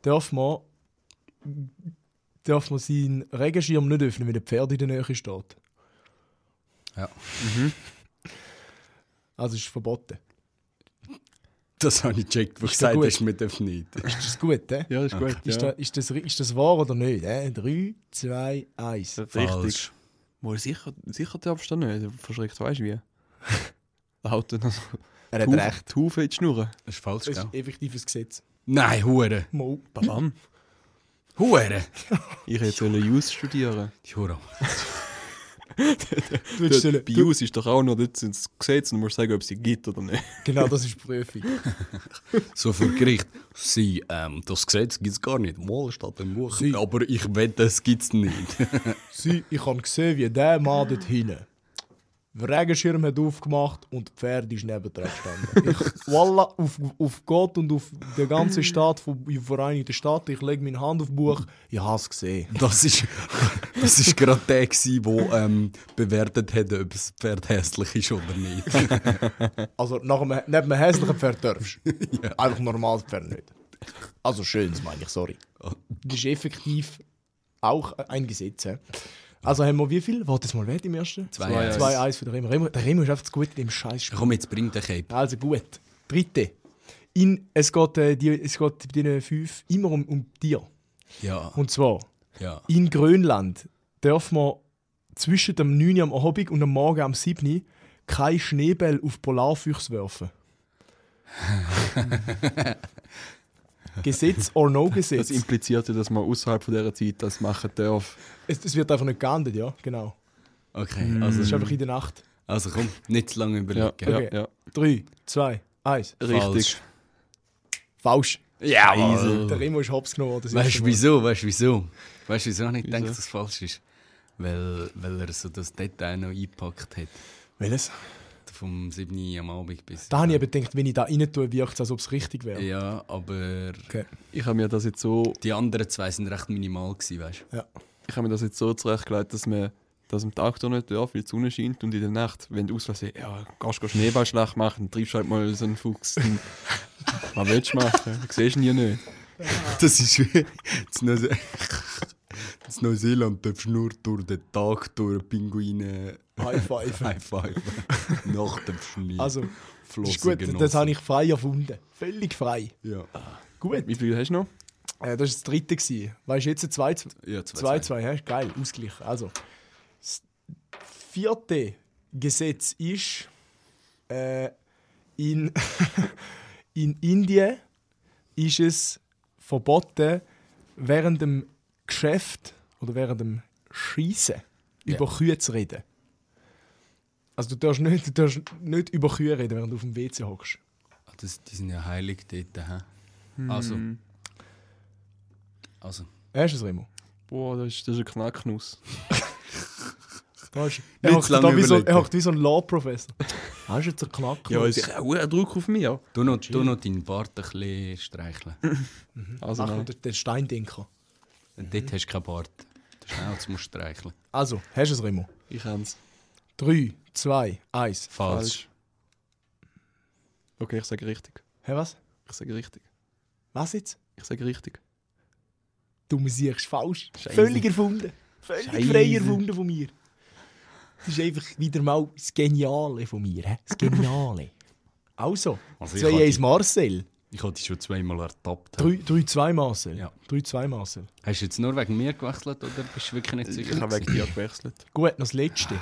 A: darf man, darf man seinen Regenschirm nicht öffnen, wenn ein Pferd in der Nähe steht.
B: Ja.
A: Also ist verboten.
B: Das habe ich gecheckt, was
A: Ist ja
B: gesagt
A: gut.
B: hast, mit dem nicht.
A: Ist das gut, hä?
D: Ja, ist gut.
A: Ist, da, ist, das, ri- ist das wahr oder nicht? Äh? 3, 2, 1.
D: Richtig. Wohl sicher, sicher darfst du da nicht. Du verschreckst,
A: <laughs>
D: weißt du wie? Lauten.
A: Er
D: Haufen- Haufen in die Schnurren.
B: Das ist falsch,
A: Das
B: gell?
A: ist effektives Gesetz.
B: Nein, Hure.
A: Mo.
D: Babam.
B: <laughs> Hure.
D: Ich hätte sollen Jus studieren.
B: Die Hure.
A: Du willst
D: Dort-
A: sollen-
D: Bei
A: du,
D: Jus ist doch auch noch dort sind das Gesetz und du musst sagen, ob es sie gibt oder nicht.
A: genau, das ist die Prüfung.
B: So vor Gericht. Sie, ähm, das Gesetz gibt es gar nicht. Mal steht im Buch.
A: Sie.
B: Aber ich wette, es gibt es nicht. <laughs>
A: Sie, ich habe gesehen, wie der Mann dort hinten den Regenschirm hat aufgemacht und das Pferd ist nebendran gestanden. Ich, wallah, auf, auf Gott und auf den ganzen Staat von den Vereinigten Staaten, ich lege meine Hand auf das Buch, ich habe es gesehen.
B: Das ist, das ist gerade der, gewesen, der ähm, bewertet hat, ob das Pferd hässlich ist oder
A: <laughs>
B: nicht.
A: Also nach einem, nicht einem hässlichen Pferd darfst du. Einfach ein normales Pferd nicht. Also schönes meine ich, sorry. Das ist effektiv auch ein Gesetz. hä? Also haben wir wie viel? Warte jetzt mal, wer hat im ersten?
B: Zwei, eins.
A: 2-1 für den Remo. Remo. Der Remo ist einfach zu gut in dem scheiß
B: Komm, jetzt bring den Cape.
A: Also gut. Dritte. In, es, geht, äh, die, es geht bei diesen fünf immer um, um Tier.
B: Ja,
A: Und zwar,
B: ja.
A: in Grönland darf man zwischen dem 9 Uhr am Abend und am Morgen am 7 Uhr keine Schneebälle auf Polarfüchse werfen. Gesetz or no
D: Das
A: Gesetz.
D: impliziert ja, dass man außerhalb von dieser Zeit das machen darf.
A: Es, es wird einfach nicht geahndet, ja, genau.
B: Okay,
A: Das ist
B: also,
A: einfach in der Nacht.
B: also komm, nicht zu lange
D: Ja,
B: überlegen.
D: ja,
A: Okay.
D: ja.
A: 3, 2, 1.
D: Richtig.
B: Falsch.
A: Falsch.
B: Ja,
A: Der Remo ist hops genommen. worden, Das
B: Weißt
A: erste
B: du
A: Mal.
B: wieso? Weißt du wieso? Weißt du wieso ich denke,
D: Wieso?
B: dass es falsch ist? Weil, weil er so das Detail noch eingepackt hat.
A: Welches?
B: Vom 7 Uhr am Abend bis.
A: Da habe ich eben gedacht, wenn ich da rein tue, wirkt es, als ob es richtig wäre.
B: Ja, aber
A: Okay.
D: Ich habe mir das jetzt so,
B: die anderen zwei sind recht minimal gewesen, weißt du?
D: ich habe mir das jetzt so zurechtgelegt, dass man das am Tag da nicht darf, weil die Sonne scheint und in der Nacht, wenn du auslässt, ja, gehst du Schneeballschlacht machen, treibst halt mal so einen Fuchs. <laughs> Dann, was willst du machen? Du siehst ihn ja nicht.
B: Das ist wie. In Neuse <laughs> Neuseeland darfst du nur durch den Tag durch Pinguine
A: <laughs> High five.
B: high five. <laughs> Nach dem Schnee.
A: Also,
B: Flossen
A: ist gut, das habe ich frei erfunden. Völlig frei.
B: Ja,
A: Gut.
D: Wie viel hast du noch?
A: Äh, das war das dritte. Gewesen. Weißt du, jetzt ein 2-2.
B: ja zwei, zwei.
A: 2-2, hä? geil, Ausgleich. Also, das vierte Gesetz ist, äh, in, <laughs> in Indien ist es verboten, während dem Geschäft oder während dem Schießen
B: Ja.
A: über Kühe zu reden. Also du darfst, nicht, du darfst nicht über Kühe reden, während du auf dem WC hockst.
B: Ah, Das, die sind ja heilig dort, hä?
D: Hm.
B: Also. Also.
A: Hast du es, Remo?
D: Boah, das ist, das ist ein Knacknuss.
A: Da ist,
B: Nicht
A: er hockt
B: lange
A: da wie so, er
B: überlegen.
A: hockt wie so ein Law-Professor.
B: <laughs>
A: Hast du jetzt einen Knack?
D: Ja, es ist auch ein Druck auf mich. Ja.
B: Du noch, du noch deinen Bart ein bisschen
D: <laughs>
B: streicheln.
D: Also,
B: Genau.
A: Ach,
D: nein.
A: oder der Steindinker.
B: Und dort hast du keinen Bart. Der Schnauze musst du streicheln.
A: Also, hast du es, Remo?
D: ich kann es.
A: 3, 2, 1.
B: Falsch.
D: Okay, ich sage richtig.
A: Hä, was?
D: Ich sage richtig.
A: Was jetzt?
D: Ich sage richtig.
A: Du musierst falsch.
D: Scheisse.
A: Völlig erfunden. Völlig
D: Scheisse.
A: frei erfunden von mir. Das ist einfach wieder mal das Geniale von mir. hä? Das
B: <laughs>
A: Geniale. also,
B: Also ich kann
A: 2-1
B: die-
A: Marcel.
B: Ich hatte dich schon zweimal ertappt.
A: 3-2 Marcel.
B: Ja.
A: 3-2 Marcel.
B: Hast du jetzt nur wegen mir gewechselt oder bist du wirklich nicht sicher?
D: Ich habe wegen
B: gewesen?
D: dir gewechselt.
A: Gut, noch das Letzte.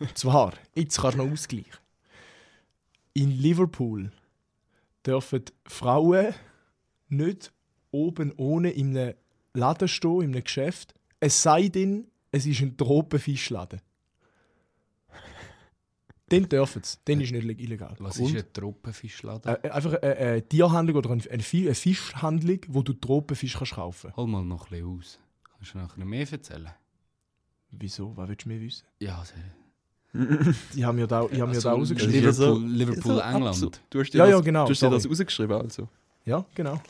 A: Und zwar, jetzt kannst du noch ausgleichen. In Liverpool dürfen Frauen nicht oben ohne in einem Laden stehen, in einem Geschäft, es sei denn, es ist ein Tropenfischladen. Den dürfen sie, den ist nicht illegal.
B: Was
A: Grund?
B: ist ein Tropenfischladen?
A: Äh, einfach eine, eine Tierhandlung oder eine, eine Fi- eine Fischhandlung, wo du Tropenfisch kannst kaufen
B: Hol mal noch ein bisschen aus. Kannst du nachher mehr erzählen?
A: Wieso? Was willst du mir wissen?
B: Ja, also,
A: Ich habe mir da, ich hab mir da rausgeschrieben.
D: lieber-
B: Liverpool, Liverpool
D: Also,
B: England.
D: absolut. Du hast dir
A: Ja,
D: das,
A: ja, genau,
D: Du hast dir das
A: sorry.
D: rausgeschrieben, also.
A: Ja, genau.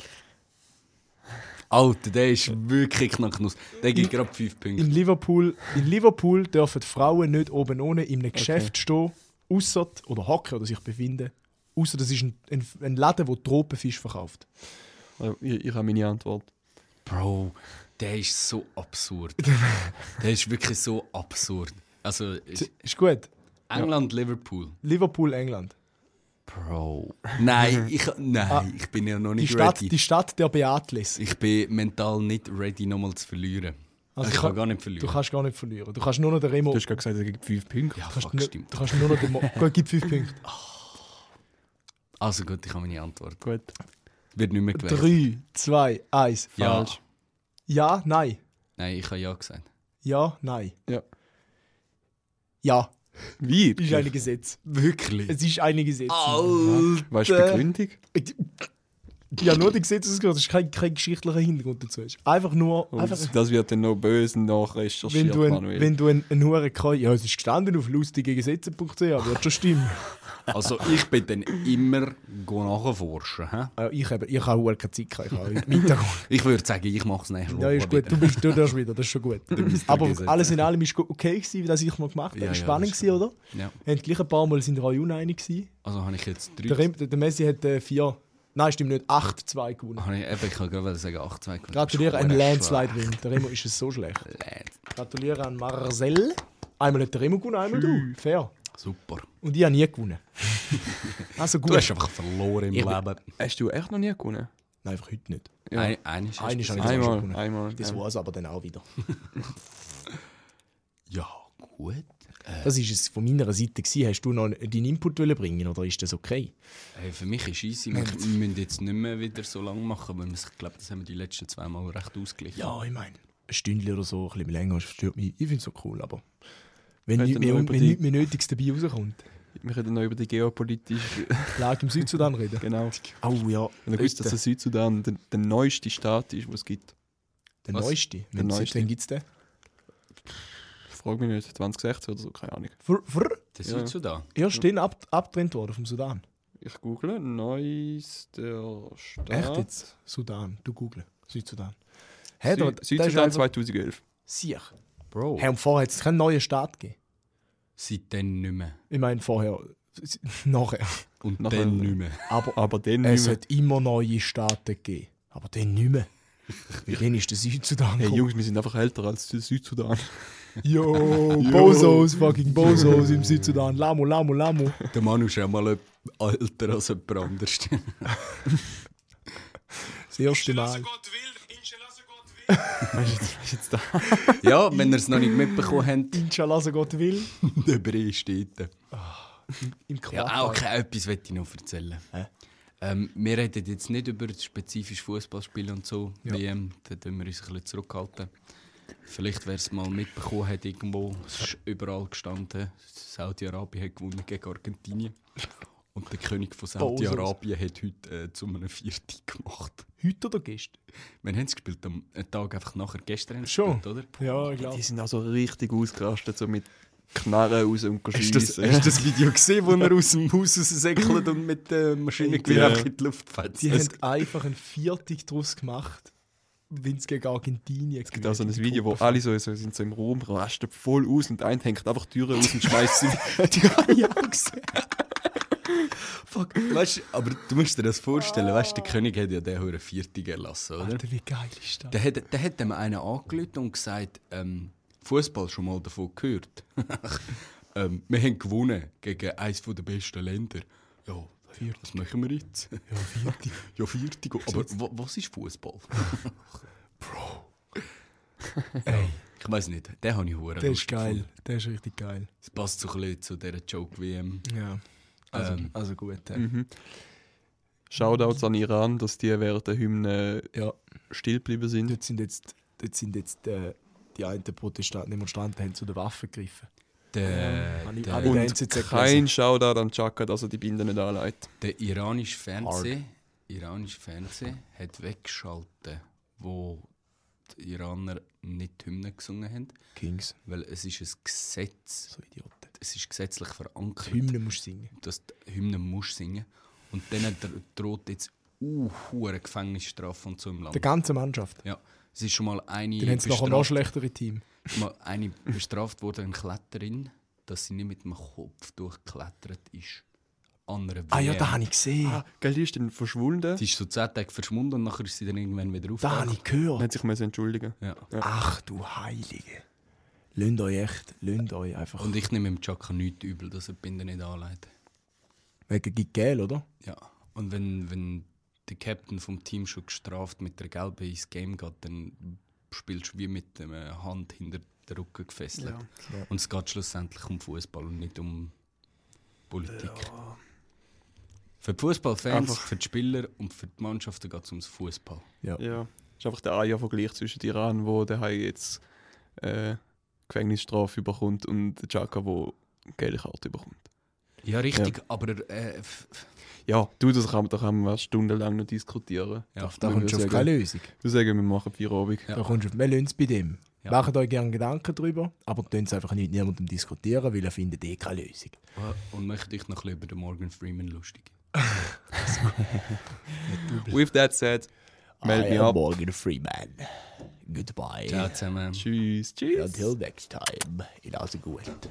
B: Alter, der ist wirklich Knacknuss. Der gibt gerade 5 Punkte.
A: In Liverpool, in Liverpool dürfen die Frauen nicht oben ohne in einem Geschäft stehen, außer oder hocken oder sich befinden. Außer das ist ein, ein, ein Laden, der Tropenfisch verkauft.
D: Also, Ich, ich habe meine Antwort.
B: Bro, der ist so absurd. der ist wirklich so absurd. Also, ist-
A: Ist gut.
B: England, Liverpool.
A: Liverpool, England.
B: Bro. Nein, ich, nein, ich bin ja noch
A: Ah, Die
B: nicht
A: Stadt,
B: ready.
A: die Stadt der Beatles.
B: Ich bin mental nicht ready, nochmal zu verlieren.
A: Also
B: ich
A: du
B: kann
A: kann-
B: gar nicht
A: Du
B: verlieren.
A: kannst gar nicht verlieren. Du kannst nur noch den Remo.
D: Du hast gerade gesagt, es gibt 5 Punkte.
B: ja,
A: kannst
B: fuck,
A: nur,
B: stimmt.
A: du kannst nur noch den
B: <laughs>
A: Mo Gut, gib 5 Punkte.
B: Also gut, ich habe meine Antwort.
D: Gut.
B: Wird nicht mehr gewählt.
A: 3, 2, 1.
B: Ja.
D: Falsch.
A: Ja, nein.
B: Nein, ich habe ja gesagt.
A: Ja, nein.
D: Ja.
A: Ja,
D: Wie?
A: ist ein Gesetz.
B: Wirklich? Ah,
A: Es ist ein Gesetz.
B: Alter.
D: Weißt du die Begründung?
A: Ja, nur die Gesetzesausgabe, das ist kein, kein geschichtlicher Hintergrund dazu. Es ist Einfach
B: Oh,
A: nur,
D: Und
A: einfach,
D: das wird dann noch böse nachrecherchiert,
A: wenn du, ein,
D: Manuel.
A: wenn du einen ein hohen Kai. Ja, es ist gestanden auf lustigegesetze.ch, wird schon stimmen.
B: Also ich bin dann immer go nachforschen. He?
A: äh, ich habe ich habe keine Zeit, gehabt, ich habe heute Mittag.
B: <laughs> Ich würde sagen, ich mache es nächste Woche.
A: ja, ist gut,
B: wieder.
A: du bist du darfst wieder, das ist schon gut.
B: bist Oh, du
A: Aber
B: gesetzt.
A: alles in allem ist okay, gewesen, wie das ich mal gemacht habe.
B: Ja,
A: ist
B: ja,
A: spannend,
B: das
A: gewesen, oder?
B: Ja.
A: Wir haben gleich ein paar Mal sind wir auch uneinig gewesen.
B: Also habe ich jetzt drei.
A: Der, Rem- der Messi hat äh, vier, nein, stimmt nicht, acht, zwei gewonnen.
B: Habe ich, Oh, eben, ich kann gerade sagen, 8 2
A: Gratuliere an Landslide-Win. Der Remo ist es so schlecht. Gratuliere an Marcel. Einmal hat der Remo gewonnen, einmal du. Fair.
B: Super.
A: Und ich habe nie <laughs> gewonnen. Also
B: Du
A: gut.
B: hast einfach verloren im
E: Ich bin-
B: Leben.
D: Hast du echt noch nie gewonnen?
A: Nein, einfach heute nicht.
D: Ja.
B: Ein, eines hast
A: Eines
B: du
A: habe
B: gesagt.
A: ich schon
D: Einmal,
A: gewonnen.
D: einmal.
A: Das
D: ja.
A: war es aber dann auch wieder.
B: Ja, gut. Äh,
A: Das ist es von meiner Seite. Gewesen. Hast du noch deinen Input wollen bringen oder ist das okay?
B: hey, für mich ist easy. Wir wir müssen jetzt nicht mehr wieder so lange machen, weil ich glaube, das haben wir die letzten zwei Mal recht ausgeglichen.
A: Ja, ich meine, ein Stündchen oder so, ein bisschen länger, das stört mich. Ich finde es so cool, aber wenn
D: Hätte
A: nichts mehr,
D: noch über
A: wenn
D: die-
A: nichts mehr Nötiges dabei rauskommt,
D: Wir können noch über die geopolitische.
A: lag im Südsudan reden.
D: genau.
A: <laughs> Oh ja,
D: Und du wusstest, dass der Südsudan der, der neueste Staat ist, den es gibt.
A: der
B: Was?
A: neueste. Der neueste.
D: neueste.
A: Wann gibt es den?
D: Frag mich nicht, 2016 oder so, keine Ahnung.
A: Frr, frr.
B: Das
D: Ja.
B: ist so da.
A: Erst den ab, abgetrennt worden vom Sudan.
D: Ich google, neuester Staat.
A: Echt jetzt? Sudan, du google. Südsudan. Hä,
D: Sü
A: da, da ist
D: Südsudan Oh.
A: einfach
D: 2011.
A: sicher.
B: Bro.
A: Hey, und vorher hat es keinen neuen Staat gegeben.
B: Seitdem nicht mehr.
A: Ich meine, vorher. <laughs> s- Nachher.
B: Und
D: Nachher-
B: dann nicht mehr.
A: Aber
D: Aber dann
A: es
D: Ah, nicht mehr.
A: hat immer neue Staaten gegeben. Aber den nicht mehr. Weil dann ist der Südsudan.
D: Hey
A: gekommen.
D: Jungs, wir sind einfach älter als der Südsudan. <laughs>
A: Yo, Bozos, fucking Bozos im Südsudan. Lamo, Lamo, Lamo.
B: Der Mann ist auch mal älter als jemand <laughs> anderes.
A: Das erste Mal.
D: weißt du jetzt, weißt du jetzt da?
B: ja, wenn ihr es noch nicht mitbekommen <laughs> habt,
A: Inshallah, so Gott will.
B: der Brie steht da.
A: Im Quartal.
B: Ja, auch okay, etwas möchte ich noch erzählen.
A: Hä?
B: Ähm, wir reden jetzt nicht über das spezifische Fußballspiel und so,
A: Ja.
B: WM, da tun wir uns ein bisschen zurückhalten. Vielleicht, wer es mal mitbekommen hat, irgendwo, es ist überall gestanden, Saudi-Arabien hat gewonnen gegen Argentinien. Und der König von Saudi-Arabien hat heute äh, zu einem Viertel gemacht.
A: Heute oder gestern?
B: Wir haben es gespielt am einen Tag einfach nachher, gestern haben sie
A: Schon?
B: gespielt, oder?
A: Ja, ich glaube.
D: Die sind auch so richtig ausgerastet, so mit Knarren raus und
B: Hast du das,
D: schiessen.
B: hast du das Video gesehen, wo er aus dem Haus <laughs> raussäckelt und mit der Maschinengewehr
D: Ja.
B: in die Luft fetzt?
A: Die
B: Es-
A: haben einfach einen Viertig daraus gemacht, wenn es gegen Argentinien
D: Es <laughs> gibt auch so ein Video, wo alle so, so sind so im Raum, rasten voll aus und einer hängt einfach die Türe aus und schmeißt <laughs> sie.
A: <laughs>
B: ja gesehen. Fuck, Oh. weißt du, aber du musst dir das vorstellen, weißt du, der König hat ja den hohen Viertig erlassen, oder?
A: Alter, wie geil ist das?
B: Der hat, der hat dem einen angelötet und gesagt, ähm, Fußball schon mal davon gehört. <laughs> ähm, wir haben gewonnen gegen eines der besten Länder. Ja, ja, was machen wir jetzt?
A: Ja, Viertig.
B: <laughs> Ja, Viertig. Aber wa- was ist Fußball? <laughs> Bro. <laughs> Ey, ich weiß nicht, den habe ich hure
A: Der ist
B: lustig
A: geil.
B: gefunden.
A: Der ist richtig geil.
B: Das passt so ein bisschen zu dieser Joke-WM.
A: Ja. Also,
B: Ähm.
A: also gut. Äh.
D: Shoutouts an Iran, dass die während der Hymne
A: Ja,
D: still geblieben sind.
A: dort sind jetzt, dort sind jetzt äh, die einen Protestanten, Demonstranten haben zu den Waffen gegriffen.
B: Der,
A: Habe ich-
B: der,
A: habe ich-
B: der,
A: Äh, der NZZ
D: Und kein Shoutout an Chaka, dass er die Binden nicht anlegt.
B: iranische Fernsehen, iranische Fernsehen hat weggeschaltet, wo die Iraner nicht die Hymne gesungen haben,
A: Kings,
B: weil es ist ein Gesetz,
A: so Idioten. Oh.
B: es ist gesetzlich verankert,
A: Die Hymne musst du singen.
B: dass die Hymne musst singen. Und denen dr- droht jetzt uh, hure Gefängnisstrafe und so im Land.
A: Der ganzen Mannschaft.
B: Ja, es ist schon mal eine
A: Dann haben sie nachher noch
B: bestraft,
A: schlechtere Team.
B: mal eine bestraft worden, eine Kletterin, dass sie nicht mit dem Kopf durchgeklettert ist. Andere
A: Ah ja, das habe ich gesehen.
D: Ah, gell, die ist dann verschwunden.
B: Sie ist so zehn Tage verschwunden und nachher ist sie dann irgendwann wieder
A: das habe
B: aufgewacht.
A: ich gehört.
D: Dann hat sich müssen entschuldigen.
B: Ja.
A: Ach du Heilige. Lönnt euch echt, lönnt euch einfach.
B: Und ich nehme dem Chaka nichts übel, dass er die Binde nicht anlegt.
A: Wegen Gigel, oder?
B: Ja. Und wenn, wenn der Captain vom Team schon gestraft mit der gelben ins Game geht, dann spielst du wie mit der Hand hinter den Rücken gefesselt. Und es geht schlussendlich um Fußball und nicht um Politik. Für die Fußballfans,
D: Einfach-
B: für die Spieler und für die Mannschaften geht es ums Fußball.
D: Ja. Ist einfach der Aja-Vergleich zwischen Iran, wo der Hai jetzt äh, Gefängnisstrafe bekommt und der Chaka, wo gelbe Karte bekommt.
B: Ja, richtig, aber äh, f-
D: Ja, du, das kann, da kann man stundenlang noch diskutieren.
B: Ja,
D: Ich
B: da
A: Da
D: würde
A: kommst du auf
D: sagen-
A: keine Lösung.
D: Ich würde sagen, wir machen Feierabend.
B: Ja.
D: Ja.
A: Da kommst du auf, wir lassen es bei dem.
B: Ja.
A: Macht euch gerne Gedanken darüber, aber tun es einfach nicht niemandem diskutieren, weil ihr findet eh keine Lösung.
B: und möchte ich noch ein bisschen über den Morgan Freeman lustig.
D: With that said, meld
A: I
D: mich
A: am
D: ab.
A: Morgan Freeman. Goodbye.
B: Ciao zusammen.
D: Tschüss, tschüss.
A: Until next time. It gut.